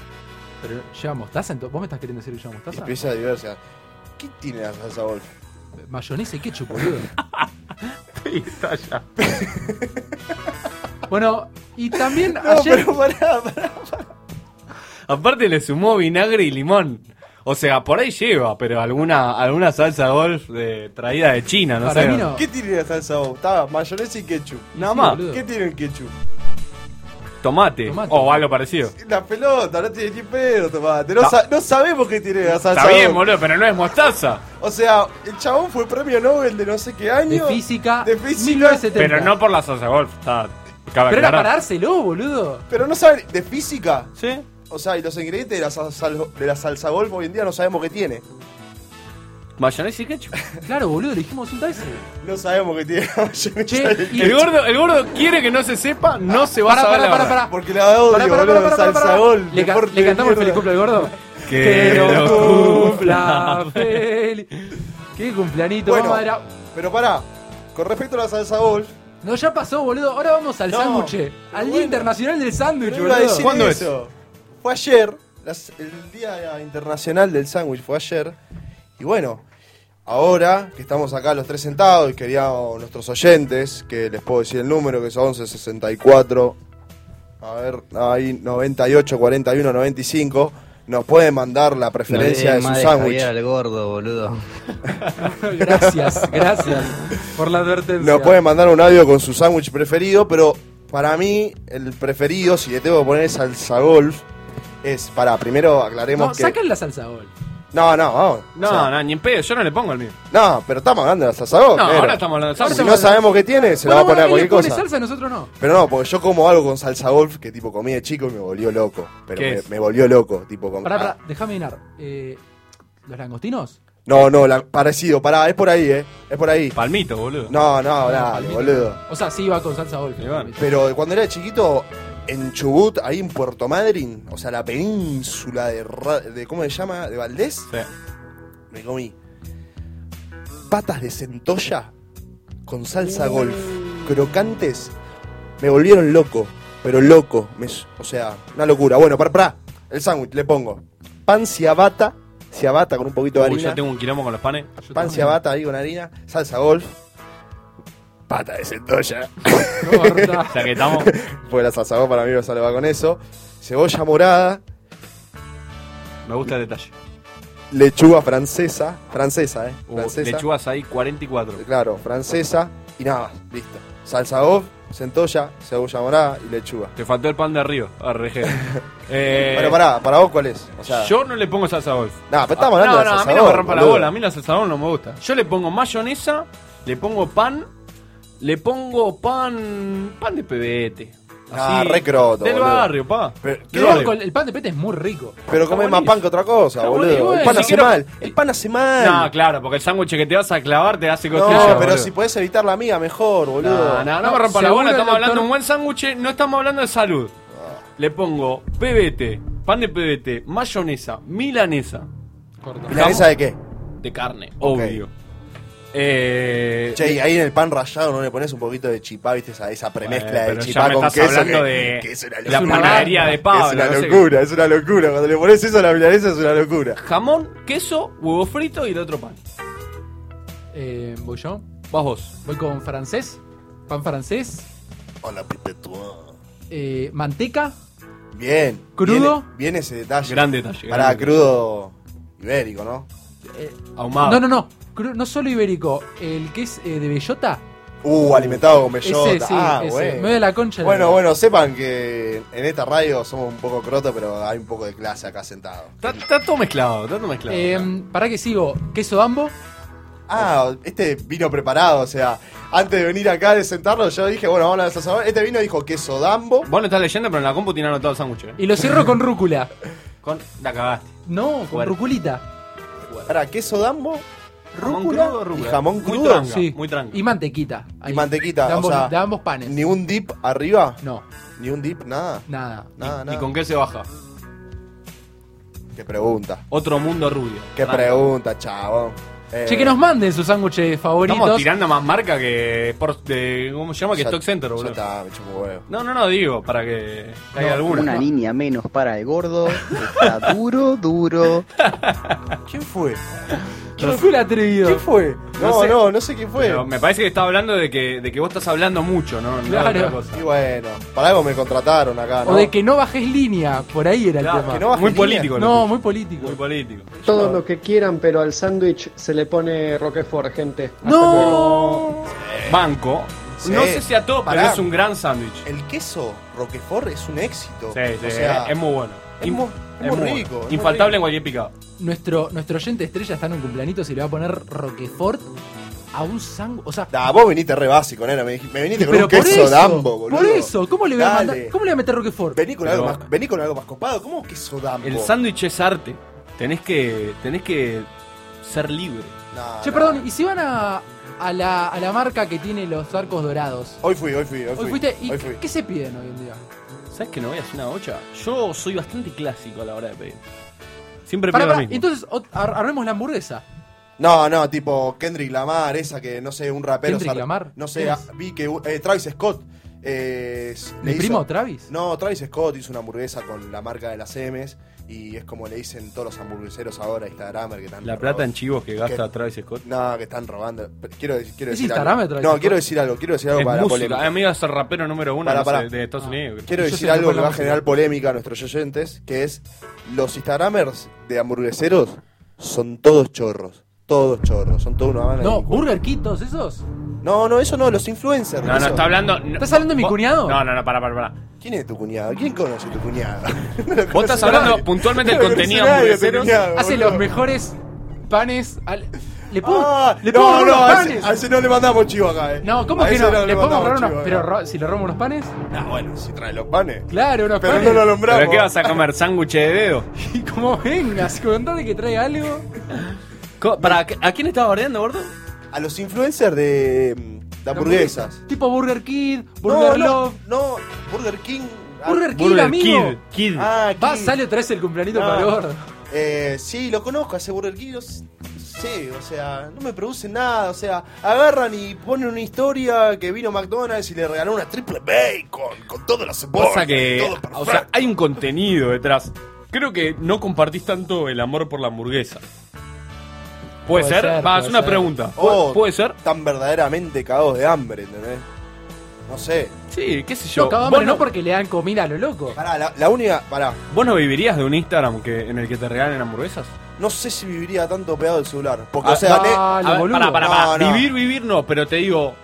Speaker 2: Pero lleva mostaza, entonces vos me estás queriendo decir que lleva
Speaker 3: y
Speaker 2: mostaza.
Speaker 3: especias diversas. ¿Qué tiene la salsa golf?
Speaker 2: Mayonesa y ketchup, boludo. bueno, y también
Speaker 3: No,
Speaker 2: ayer.
Speaker 3: pero pará, pará.
Speaker 1: Aparte le sumó vinagre y limón. O sea, por ahí lleva, pero alguna alguna salsa golf de, traída de China, no
Speaker 2: Para
Speaker 1: sé.
Speaker 2: mí no.
Speaker 3: ¿Qué tiene la salsa golf? Estaba mayonesa y ketchup.
Speaker 1: Nada
Speaker 2: Sí,
Speaker 1: más.
Speaker 2: boludo.
Speaker 3: ¿Qué tiene el ketchup?
Speaker 1: Tomate,
Speaker 2: Tomate.
Speaker 1: o algo parecido.
Speaker 3: La pelota, no tiene ni pedo, tomate. No,
Speaker 1: No.
Speaker 3: sa- no sabemos qué tiene la salsa
Speaker 1: Está bien,
Speaker 3: golf.
Speaker 1: boludo, pero no es mostaza.
Speaker 3: O sea, el chabón fue premio Nobel de no sé qué
Speaker 2: De
Speaker 3: año.
Speaker 2: física.
Speaker 3: De física.
Speaker 2: 1970.
Speaker 1: Pero no por la salsa golf. Está, cabe
Speaker 2: Pero era
Speaker 1: aclarar.
Speaker 2: para dárselo, boludo.
Speaker 3: Pero no saben, de física.
Speaker 1: ¿Sí?
Speaker 3: O sea, y los ingredientes de la, salsa, de la salsa golf hoy en día no sabemos qué tiene.
Speaker 1: Mayonesa y ketchup.
Speaker 2: Claro, boludo, le dijimos un taxi.
Speaker 3: No sabemos qué tiene la mayonesa.
Speaker 2: Che,
Speaker 3: y el
Speaker 2: y-
Speaker 1: El gordo, el gordo quiere que no se sepa, no se va
Speaker 2: Pará,
Speaker 1: a saber
Speaker 2: pará,
Speaker 1: la
Speaker 2: pará,
Speaker 1: verdad.
Speaker 2: pará.
Speaker 3: Porque la odio,
Speaker 2: Pará, pará,
Speaker 3: boludo,
Speaker 2: pará, pará,
Speaker 3: salsa
Speaker 2: pará.
Speaker 3: gol.
Speaker 2: ¿Le, ca-
Speaker 3: deporte
Speaker 2: le
Speaker 3: de
Speaker 2: cantamos el
Speaker 3: mierda.
Speaker 2: feliz cumple al gordo?
Speaker 1: Que
Speaker 2: lo
Speaker 1: lo
Speaker 2: cumpla feliz. Qué cumplanito,
Speaker 3: Bueno.
Speaker 2: mamá, era-
Speaker 3: Pero pará, con respecto a la salsa golf,
Speaker 2: No, ya pasó, boludo. Ahora vamos al
Speaker 3: No,
Speaker 2: sándwich. Al
Speaker 3: pero
Speaker 2: Día
Speaker 3: bueno.
Speaker 2: Internacional del
Speaker 3: no
Speaker 2: Sándwich,
Speaker 3: iba a
Speaker 2: boludo.
Speaker 3: decir
Speaker 1: ¿Cuándo es?
Speaker 3: eso. Fue ayer, las- el Día Internacional del Sándwich fue ayer. Y bueno, ahora que estamos acá los tres sentados y queríamos nuestros oyentes, que les puedo decir el número, que es 1164, a ver, ahí 98, 41, 95, nos pueden mandar la preferencia de su sándwich.
Speaker 9: al gordo, boludo.
Speaker 2: Gracias, gracias por la advertencia.
Speaker 3: Nos pueden mandar un audio con su sándwich preferido, pero para mí el preferido, si le tengo que poner es salsa golf, es, para, primero aclaremos
Speaker 2: No,
Speaker 3: que...
Speaker 2: sacan la salsa gol.
Speaker 3: No, no, vamos.
Speaker 1: No,
Speaker 3: O sea,
Speaker 1: no, ni en pedo, yo no le pongo el mío.
Speaker 3: no, pero estamos hablando de la salsa vos,
Speaker 1: No,
Speaker 3: negro.
Speaker 1: ahora estamos hablando de salsa.
Speaker 3: Si no sabemos qué tiene,
Speaker 2: Bueno,
Speaker 3: se lo va a poner a
Speaker 2: bueno, él le
Speaker 3: cualquier
Speaker 2: pone
Speaker 3: cosa.
Speaker 2: salsa, nosotros no.
Speaker 3: Pero no, porque yo como algo con salsa golf que tipo comí de chico y me volvió loco. Pero
Speaker 2: ¿Qué
Speaker 3: me,
Speaker 2: es?
Speaker 3: me volvió loco, tipo con.
Speaker 2: Pará,
Speaker 3: ah,
Speaker 2: pará, déjame mirar. Eh, ¿Los langostinos?
Speaker 3: No, no, la- parecido, pará, es por ahí, eh. Es por ahí.
Speaker 1: Palmito, boludo.
Speaker 3: No, no,
Speaker 2: Ah,
Speaker 3: dale,
Speaker 2: palmito.
Speaker 3: boludo.
Speaker 2: O sea, sí iba con salsa golf.
Speaker 3: Pero cuando era chiquito, en Chubut, ahí en Puerto Madryn, o sea, la península de, Ra- de ¿cómo se llama? ¿De Valdés? Me comí patas de centolla con salsa golf, crocantes. Me volvieron loco, pero loco. Me s- o sea, una locura. Bueno, para, para, el sándwich le pongo pan ciabatta, ciabatta con un poquito de
Speaker 1: Uy,
Speaker 3: harina,
Speaker 1: yo tengo un quilombo con los panes.
Speaker 3: pan ciabatta ahí con harina, salsa golf, pata de centolla.
Speaker 1: O sea que estamos.
Speaker 3: Pues la salsa golf para mí no sale va con eso. Cebolla morada,
Speaker 1: Me gusta el detalle.
Speaker 3: lechuga francesa, francesa, eh,
Speaker 1: Uh,
Speaker 3: francesa.
Speaker 1: lechugas ahí, 44.
Speaker 3: Claro, francesa y nada más, listo. Salsa off, centolla, cebolla morada y lechuga.
Speaker 1: Te faltó el pan de arriba, arreje. eh,
Speaker 3: Pero pará, ¿para vos cuál es? O sea,
Speaker 1: yo no le pongo salsa golf.
Speaker 3: Nah, pero estamos hablando
Speaker 1: no,
Speaker 3: de
Speaker 1: no,
Speaker 3: salsa
Speaker 1: a mí no
Speaker 3: golf,
Speaker 1: me rompa
Speaker 3: boludo.
Speaker 1: la bola, a mí la salsa golf no me gusta. Yo le pongo mayonesa, le pongo pan, le pongo pan. pan de pebete.
Speaker 3: Ah, re croto,
Speaker 1: Del
Speaker 3: boludo.
Speaker 1: barrio, pa.
Speaker 3: Pero-
Speaker 1: Del
Speaker 3: ¿qué
Speaker 1: barrio.
Speaker 2: Con- El pan de pete es muy rico.
Speaker 3: Pero
Speaker 1: Está
Speaker 3: comés más
Speaker 1: buenísimo.
Speaker 3: pan que otra cosa,
Speaker 1: Está
Speaker 3: boludo.
Speaker 1: buenísimo,
Speaker 3: el pan
Speaker 1: si
Speaker 3: hace
Speaker 1: quiero-
Speaker 3: mal, el pan hace mal.
Speaker 1: No, claro, porque el sándwich que te vas a clavar te hace
Speaker 3: No,
Speaker 1: costillas.
Speaker 3: pero
Speaker 1: boludo.
Speaker 3: si podés evitar la miga, mejor, boludo.
Speaker 1: No, no, no me rompa la
Speaker 2: Seguro
Speaker 1: bola, estamos
Speaker 2: el doctor-
Speaker 1: hablando de un buen sándwich, eh, no estamos hablando de salud.
Speaker 3: Ah.
Speaker 1: Le pongo pebete, pan de pebete, mayonesa, milanesa,
Speaker 2: Corta.
Speaker 3: ¿Y la mesa de qué?
Speaker 1: de carne, obvio. Eh,
Speaker 3: Che, y ahí en el pan rayado no le pones un poquito de chipá, viste, esa, esa
Speaker 1: Bueno,
Speaker 3: premezcla de
Speaker 1: pero ya
Speaker 3: chipá
Speaker 1: me
Speaker 3: con
Speaker 1: estás
Speaker 3: queso.
Speaker 1: hablando
Speaker 3: que-
Speaker 1: de
Speaker 3: que es una
Speaker 1: la
Speaker 3: locura.
Speaker 1: panadería de Pablo,
Speaker 3: Es una
Speaker 1: no sé qué.
Speaker 3: locura, es una locura. Cuando le pones eso a la milanesa es una locura.
Speaker 1: jamón, queso, huevo frito y el otro pan.
Speaker 2: Eh, voy yo.
Speaker 1: Vas vos.
Speaker 2: Voy con francés. Pan francés.
Speaker 3: Hola, pipetua.
Speaker 2: eh, manteca.
Speaker 3: Bien.
Speaker 2: ¿Crudo?
Speaker 3: Viene, viene ese detalle.
Speaker 1: Gran detalle. gran
Speaker 3: Pará,
Speaker 1: detalle.
Speaker 3: crudo ibérico, ¿no?
Speaker 2: eh,
Speaker 3: Ah.
Speaker 1: Ahumado.
Speaker 2: No, no, no. Cru- No solo ibérico. El que es eh, de bellota.
Speaker 3: Uh, alimentado con bellota.
Speaker 2: Ese, sí,
Speaker 3: ah,
Speaker 2: ese.
Speaker 3: bueno.
Speaker 2: Me voy a la concha. de la
Speaker 3: Bueno,
Speaker 2: lora.
Speaker 3: bueno, sepan que en esta radio somos un poco croto, pero hay un poco de clase acá sentado.
Speaker 1: Está, está todo mezclado, está todo mezclado.
Speaker 2: Eh, ¿Para que sigo? Queso dambo.
Speaker 3: Ah, este vino preparado, o sea, antes de venir acá de sentarnos, yo dije, bueno, vamos a ver sabor. Este vino dijo queso dambo.
Speaker 1: Vos no estás leyendo, pero en la compu tiene anotado el sándwich. eh.
Speaker 2: Y lo cierro con rúcula.
Speaker 1: Con, la cagaste.
Speaker 2: No, con
Speaker 1: Bueno.
Speaker 2: ruculita.
Speaker 3: Para queso dambo,
Speaker 1: Jamón
Speaker 3: rúcula
Speaker 1: crudo, rúcula.
Speaker 3: y jamón
Speaker 1: Muy
Speaker 3: crudo.
Speaker 1: tranca.
Speaker 2: Sí.
Speaker 1: muy tranqui.
Speaker 2: Y mantequita. Ahí.
Speaker 3: mantequita,
Speaker 2: De
Speaker 3: o
Speaker 2: ambos,
Speaker 3: sea,
Speaker 2: de ambos panes.
Speaker 3: Ni un dip arriba,
Speaker 2: No,
Speaker 3: ni un dip, nada.
Speaker 2: nada.
Speaker 3: Nada,
Speaker 1: ¿Y
Speaker 3: nada.
Speaker 1: con qué se baja?
Speaker 3: Qué pregunta.
Speaker 1: Otro mundo rubio.
Speaker 3: Qué
Speaker 1: Tranca.
Speaker 3: pregunta, chabón. Eh,
Speaker 2: Che, que nos manden sus sándwiches favoritos.
Speaker 1: Estamos tirando más marca que. Sport- de- ¿Cómo se llama? Que
Speaker 3: ya-
Speaker 1: Stock Center,
Speaker 3: ya
Speaker 1: boludo.
Speaker 3: está, me chupo huevo.
Speaker 1: No, no, no, digo, para que caiga alguna.
Speaker 10: Una niña menos para el gordo. Está duro, duro.
Speaker 3: ¿Quién fue?
Speaker 2: ¿Quién fue el atrevido?
Speaker 3: ¿Quién fue? No, no,
Speaker 1: sé.
Speaker 3: no, sé quién fue.
Speaker 1: Pero me parece que está hablando de que, de que vos estás hablando mucho, ¿no? No de otra
Speaker 2: Claro.
Speaker 1: cosa.
Speaker 3: Y bueno, para algo me contrataron acá, ¿no?
Speaker 2: O de que no bajes línea. Por ahí era el
Speaker 1: Claro,
Speaker 2: tema.
Speaker 3: que no bajes
Speaker 1: muy
Speaker 3: línea.
Speaker 1: político. lo
Speaker 2: No,
Speaker 1: tuyo.
Speaker 2: muy político.
Speaker 1: Muy político.
Speaker 11: Todo lo que quieran, pero al sándwich se le pone Roquefort, gente.
Speaker 2: ¡No!
Speaker 1: Banco.
Speaker 3: Sí.
Speaker 1: No sé si a todos, pero
Speaker 3: Pará.
Speaker 1: es un gran sándwich.
Speaker 3: El queso Roquefort es un éxito.
Speaker 1: Sí, sí,
Speaker 3: o sea,
Speaker 1: es muy bueno.
Speaker 3: es
Speaker 1: Im-
Speaker 3: muy- es muy
Speaker 1: bueno.
Speaker 3: rico, es muy
Speaker 1: Infaltable
Speaker 3: rico.
Speaker 1: en cualquier picado.
Speaker 2: Nuestro, nuestro oyente estrella está en un cumplanito y le va a poner Roquefort a un sándwich. O sea,
Speaker 3: Da, vos viniste re básico, nena. Me, dij- me viniste con
Speaker 2: pero
Speaker 3: un
Speaker 2: por
Speaker 3: queso
Speaker 2: eso.
Speaker 3: dambo, boludo.
Speaker 2: por eso, ¿cómo le voy a,
Speaker 3: Dale.
Speaker 2: mandar- ¿cómo le voy a meter Roquefort?
Speaker 3: Vení con,
Speaker 1: Pero-
Speaker 3: algo más, vení con algo más copado. ¿Cómo queso dambo?
Speaker 1: El sándwich es arte. Tenés que, tenés que ser libre.
Speaker 3: No,
Speaker 2: Che,
Speaker 3: no.
Speaker 2: perdón, ¿y si van a, a, la, a la marca que tiene los arcos dorados?
Speaker 3: Hoy fui, hoy fui, hoy fui.
Speaker 2: Hoy fuiste. ¿Y
Speaker 3: hoy
Speaker 2: qué-
Speaker 3: fui.
Speaker 2: qué se piden hoy en día?
Speaker 1: ¿Sabes que no veas una bocha? Yo soy bastante clásico a la hora de pedir. Siempre
Speaker 2: Pará,
Speaker 1: pido lo
Speaker 2: pará,
Speaker 1: mismo.
Speaker 2: entonces ot- ar- armemos la hamburguesa.
Speaker 3: No, no, tipo Kendrick Lamar, esa que no sé, un rapero.
Speaker 2: ¿Kendrick
Speaker 3: sar-
Speaker 2: Lamar?
Speaker 3: No
Speaker 2: ¿Quién
Speaker 3: sé,
Speaker 2: es?
Speaker 3: ah, vi que eh, Travis Scott. Eh, s- le
Speaker 2: ¿Mi
Speaker 3: hizo-
Speaker 2: primo Travis?
Speaker 3: No, Travis Scott hizo una hamburguesa con la marca de las M's y es como le dicen todos los hamburgueseros ahora, Instagramer que están
Speaker 1: La plata en
Speaker 3: robados.
Speaker 1: chivos que gasta
Speaker 3: ¿Qué?
Speaker 1: Travis Scott.
Speaker 3: No, que están robando. Pero Quiero, decir- quiero
Speaker 2: ¿Es
Speaker 3: decir
Speaker 2: Instagramer,
Speaker 3: algo.
Speaker 2: Travis
Speaker 3: No,
Speaker 2: Scott?
Speaker 3: quiero decir algo, quiero decir algo
Speaker 1: Es
Speaker 3: para la
Speaker 1: música.
Speaker 3: polémica.
Speaker 1: Amigo es el rapero número uno
Speaker 3: Pará,
Speaker 1: no sé,
Speaker 3: pará.
Speaker 1: de Estados Unidos.
Speaker 3: Quiero
Speaker 2: Yo
Speaker 3: decir
Speaker 2: siempre
Speaker 3: algo que
Speaker 2: la
Speaker 3: va a
Speaker 2: música.
Speaker 3: generar polémica a nuestros oyentes, que es los Instagramers de hamburgueseros son todos chorros. Todos chorros, son todos una banda de
Speaker 2: No,
Speaker 3: ninguno.
Speaker 2: Burger King, todos esos.
Speaker 3: No, No, no, eso no, los influencers.
Speaker 1: No, no, está hablando. no-
Speaker 3: ¿Estás hablando de mi
Speaker 1: vos-
Speaker 3: cuñado?
Speaker 1: No, no, no, para, para, para.
Speaker 3: ¿Quién es tu cuñado? ¿Quién conoce tu cuñado?
Speaker 1: Vos estás hablando puntualmente del contenido hamburguesero.
Speaker 2: Hace los mejores panes. al- ¿Le puedo,
Speaker 3: Ah,
Speaker 2: ¿le puedo robar
Speaker 3: no, no,
Speaker 2: unos
Speaker 3: a ese-
Speaker 2: panes?
Speaker 3: a ese no le mandamos chivo acá, eh.
Speaker 2: No, ¿cómo
Speaker 3: A
Speaker 2: que
Speaker 3: ese
Speaker 2: no?
Speaker 3: no le
Speaker 2: ¿Le podemos
Speaker 3: mandamos
Speaker 2: robar unos
Speaker 3: chivo acá.
Speaker 2: Pero ro- si le robo unos panes.
Speaker 3: Ah, bueno, si trae los panes.
Speaker 2: Claro, unos
Speaker 3: Pero
Speaker 2: panes.
Speaker 3: no lo nombramos.
Speaker 1: ¿Pero qué vas a comer? ¿Sándwiches de dedo?
Speaker 2: Y como vengas, con tal de que traiga algo.
Speaker 1: Co- ¿Para, qué- ¿A quién estabas bardeando, gordo?
Speaker 3: A los influencers de, mm, de hamburguesas.
Speaker 2: Tipo Burger Kid,
Speaker 3: no,
Speaker 2: Burger Love.
Speaker 3: no, no, Burger King. ah,
Speaker 2: Burger Kid, amigo.
Speaker 3: Ah,
Speaker 2: Va,
Speaker 3: Kid.
Speaker 2: sale otra vez el cumpleañito
Speaker 3: Ah.
Speaker 2: para el gordo.
Speaker 3: Eh, sí, lo conozco, ese Burger King, no s- sé, o sea, no me producen nada, o sea, agarran y ponen una historia que vino McDonald's y le regaló una triple bacon con todas las
Speaker 1: Cosa
Speaker 3: cebolla,
Speaker 1: que.
Speaker 3: todo perfecto.
Speaker 1: O sea, hay un contenido detrás. Creo que no compartís tanto el amor por la hamburguesa. ¿Puede, ser? Va, es una pregunta.
Speaker 3: Oh,
Speaker 1: ¿Puede ser?
Speaker 3: Tan verdaderamente cagados de hambre, ¿entendés? No sé.
Speaker 1: Sí, qué sé yo.
Speaker 2: No, cabrón,
Speaker 1: Vos
Speaker 2: pero no porque le dan comida a lo loco.
Speaker 3: Pará, la, la única, pará,
Speaker 1: ¿Vos no vivirías de un Instagram que, en el que te regalen hamburguesas?
Speaker 3: no sé si viviría tanto pegado del celular, porque
Speaker 1: Ah,
Speaker 3: o sea, ne-
Speaker 1: A ver, pará, pará,
Speaker 3: No,
Speaker 1: pará.
Speaker 3: no.
Speaker 1: Vivir, vivir no, pero te digo,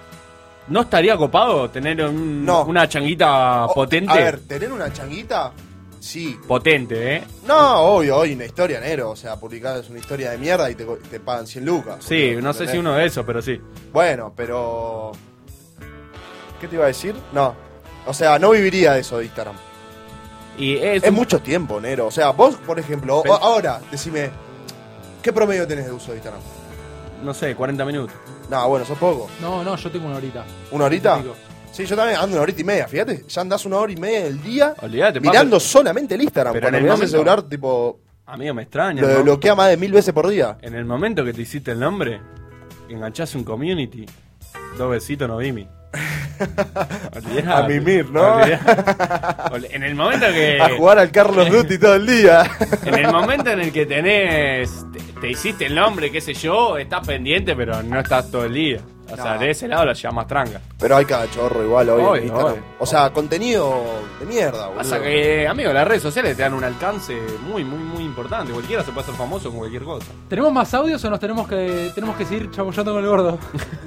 Speaker 1: ¿no estaría copado tener un- una changuita potente?
Speaker 3: A ver, tener una changuita, sí.
Speaker 1: Potente, ¿eh?
Speaker 3: No, obvio, hoy una historia, negro. O sea, publicada es una historia de mierda y te, co- te pagan 100 lucas.
Speaker 1: Sí, no sé
Speaker 3: ¿entendés?
Speaker 1: si uno de esos, pero sí.
Speaker 3: Bueno, pero. ¿Qué te iba a decir? No. O sea, no viviría de eso de Instagram.
Speaker 1: Y es,
Speaker 3: mucho tiempo, negro. O sea, vos, por ejemplo, o-
Speaker 1: Pero-
Speaker 3: ahora, decime, ¿qué promedio tenés de uso de Instagram?
Speaker 1: No sé, 40 minutos.
Speaker 3: No, bueno, sos poco.
Speaker 2: No, no, yo tengo una horita.
Speaker 3: ¿Una horita? Sí, yo también ando una horita y media, fíjate. Ya andás una hora y media del día
Speaker 1: Olvídate, pa,
Speaker 3: mirando
Speaker 1: pero-
Speaker 3: solamente el Instagram.
Speaker 1: pero
Speaker 3: cuando
Speaker 1: en el
Speaker 3: mirás el
Speaker 1: momento-
Speaker 3: celular, tipo,
Speaker 1: Amigo, me extraña.
Speaker 3: lo
Speaker 1: ¿no?
Speaker 3: bloquea más de mil veces por día.
Speaker 1: En el momento que te hiciste el nombre, enganchaste un community. Dos besitos, no vimi. Olvidate.
Speaker 3: A mimir, ¿no?
Speaker 1: Olvidate. Ol- En el momento que.
Speaker 3: A jugar al
Speaker 1: Eh.
Speaker 3: Carlos Duty todo el día.
Speaker 1: En el momento en el que tenés. Te, te hiciste el nombre, qué sé yo, estás pendiente, pero no estás todo el día. O sea, de ese lado la llamas tranca.
Speaker 3: Pero hay cada chorro igual hoy
Speaker 1: Obvio,
Speaker 3: en Instagram.
Speaker 1: obvio.
Speaker 3: O sea, contenido de mierda, boludo.
Speaker 1: Pasa que, amigo, las redes sociales te dan un alcance muy, muy, muy importante. Cualquiera se puede hacer famoso con cualquier cosa.
Speaker 2: ¿Tenemos más audios o nos tenemos que tenemos que seguir chamullando con el gordo?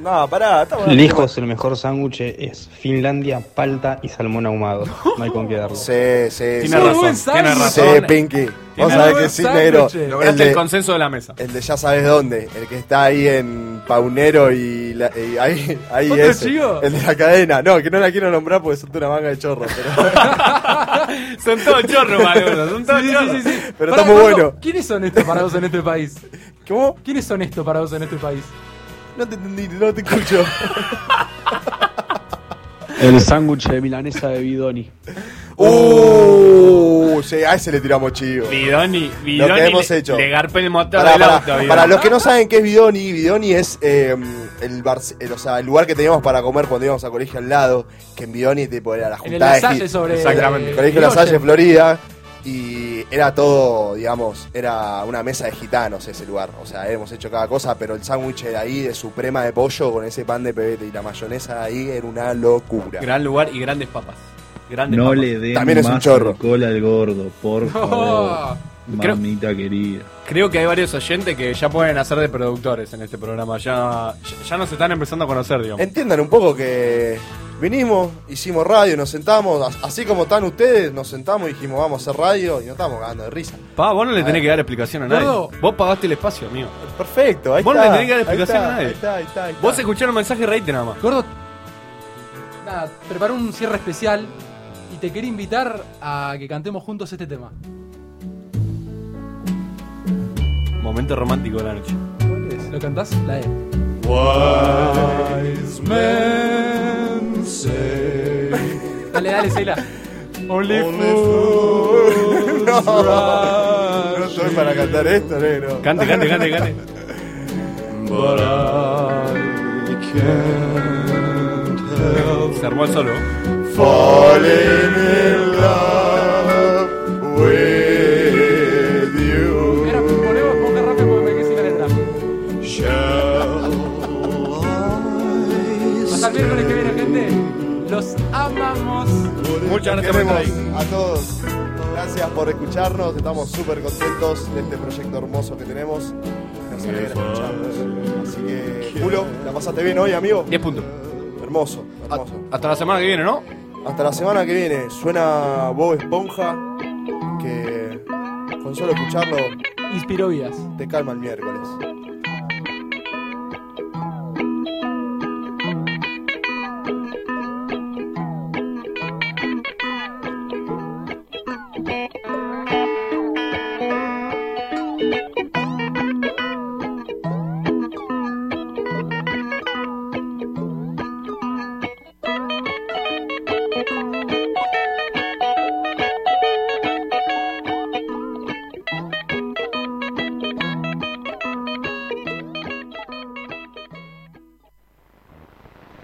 Speaker 3: No, pará, está bueno.
Speaker 9: Lejos el mejor sándwich es Finlandia, palta y salmón ahumado. No hay con qué darlo.
Speaker 3: Sí, sí.
Speaker 9: Tiene razón, tiene razón.
Speaker 3: Sí, Pinky. Vos
Speaker 9: Tiene
Speaker 3: sabés
Speaker 9: buen
Speaker 3: que sí, negro.
Speaker 9: sándwich. Lograste
Speaker 1: el consenso de la mesa.
Speaker 3: El de ya sabes dónde. El que está ahí en Paunero y, la- y ahí, ahí
Speaker 1: ¿Otro
Speaker 3: es.
Speaker 1: chivo?
Speaker 3: El de la cadena. No, que no la quiero nombrar porque son una manga de chorros. Pero,
Speaker 1: Son todos chorros, boludo. Son todos chorros.
Speaker 3: pero
Speaker 2: Pará,
Speaker 3: está muy
Speaker 2: gordo,
Speaker 3: bueno.
Speaker 2: ¿Quiénes son estos parados en este país?
Speaker 3: ¿Cómo?
Speaker 2: ¿Quiénes son estos parados en este país?
Speaker 3: No te entendí, no te escucho.
Speaker 9: El sándwich de milanesa de Bidoni.
Speaker 3: Uh, sí, a ese le tiramos chivo.
Speaker 1: Bidoni,
Speaker 3: Lo
Speaker 1: Bidoni
Speaker 3: que hemos
Speaker 1: le-
Speaker 3: hecho.
Speaker 1: le garpé el motor
Speaker 3: Para,
Speaker 1: del auto, Bidoni.
Speaker 3: los que no saben qué es Bidoni, Bidoni es eh, el, bar- el- o sea, el lugar que teníamos para comer cuando íbamos a colegio al lado, que en Bidoni tipo era la
Speaker 2: En el
Speaker 3: juntada de
Speaker 2: La Salle
Speaker 3: hip-
Speaker 2: sobre-
Speaker 3: Exactamente.
Speaker 2: eh,
Speaker 3: colegio La
Speaker 2: Irigoyen.
Speaker 3: Salle, Florida, y era todo, digamos, era una mesa de gitanos ese lugar, o sea, hemos hecho cada cosa, pero el sándwich de ahí de suprema de pollo con ese pan de pebete y la mayonesa de ahí era una locura.
Speaker 1: Gran lugar y grandes papas. Grandes
Speaker 9: No
Speaker 1: papas.
Speaker 9: le den
Speaker 3: También es un
Speaker 9: más
Speaker 3: chorro.
Speaker 9: alcohol al gordo, por
Speaker 2: Oh,
Speaker 9: favor.
Speaker 1: Creo-
Speaker 9: Mamita querida.
Speaker 1: Creo que hay varios oyentes que ya pueden hacer de productores en este programa. Ya, ya, ya nos están empezando a conocer, digamos.
Speaker 3: Entiendan un poco que vinimos, hicimos radio, nos sentamos, as- así como están ustedes, nos sentamos y dijimos vamos a hacer radio y nos estamos cagando de risa.
Speaker 1: Pa, vos no le tenés que dar explicación a nadie.
Speaker 3: Gordo.
Speaker 1: Vos pagaste el espacio, amigo.
Speaker 3: Perfecto, ahí
Speaker 1: Vos no
Speaker 3: está.
Speaker 1: le tenés que dar
Speaker 3: ahí
Speaker 1: explicación
Speaker 3: está,
Speaker 1: a nadie.
Speaker 3: ahí está, ahí está, ahí está.
Speaker 1: Vos escucharon el mensaje y reíte nada más.
Speaker 2: Gordo, nada, preparó un cierre especial y te quería invitar a que cantemos juntos este tema.
Speaker 1: Momento romántico de la noche.
Speaker 2: ¿Lo cantás? La E.
Speaker 4: Wise men say
Speaker 2: Dale, dale, Seila.
Speaker 4: only fools
Speaker 3: No,
Speaker 4: rush
Speaker 3: no estoy para cantar esto, negro.
Speaker 1: Cante, cante, cante, cante.
Speaker 4: But I can't help
Speaker 1: Se armó el solo.
Speaker 4: falling in love with you. Shall
Speaker 2: Hasta el miércoles que viene, gente. Los amamos.
Speaker 1: Muchas gracias por estar
Speaker 3: Queremos
Speaker 1: ahí.
Speaker 3: a todos. Gracias por escucharnos, estamos súper contentos de este proyecto hermoso que tenemos. Nos alegrar escucharlos. Así que, Julio, ¿la pasaste bien hoy, amigo?
Speaker 1: 10 puntos.
Speaker 3: Hermoso, hermoso.
Speaker 1: Hasta la semana que viene, ¿no?
Speaker 3: Hasta la semana que viene. Suena Bob Esponja, que con solo escucharlo...
Speaker 2: Inspiró vidas.
Speaker 3: Te calma el miércoles.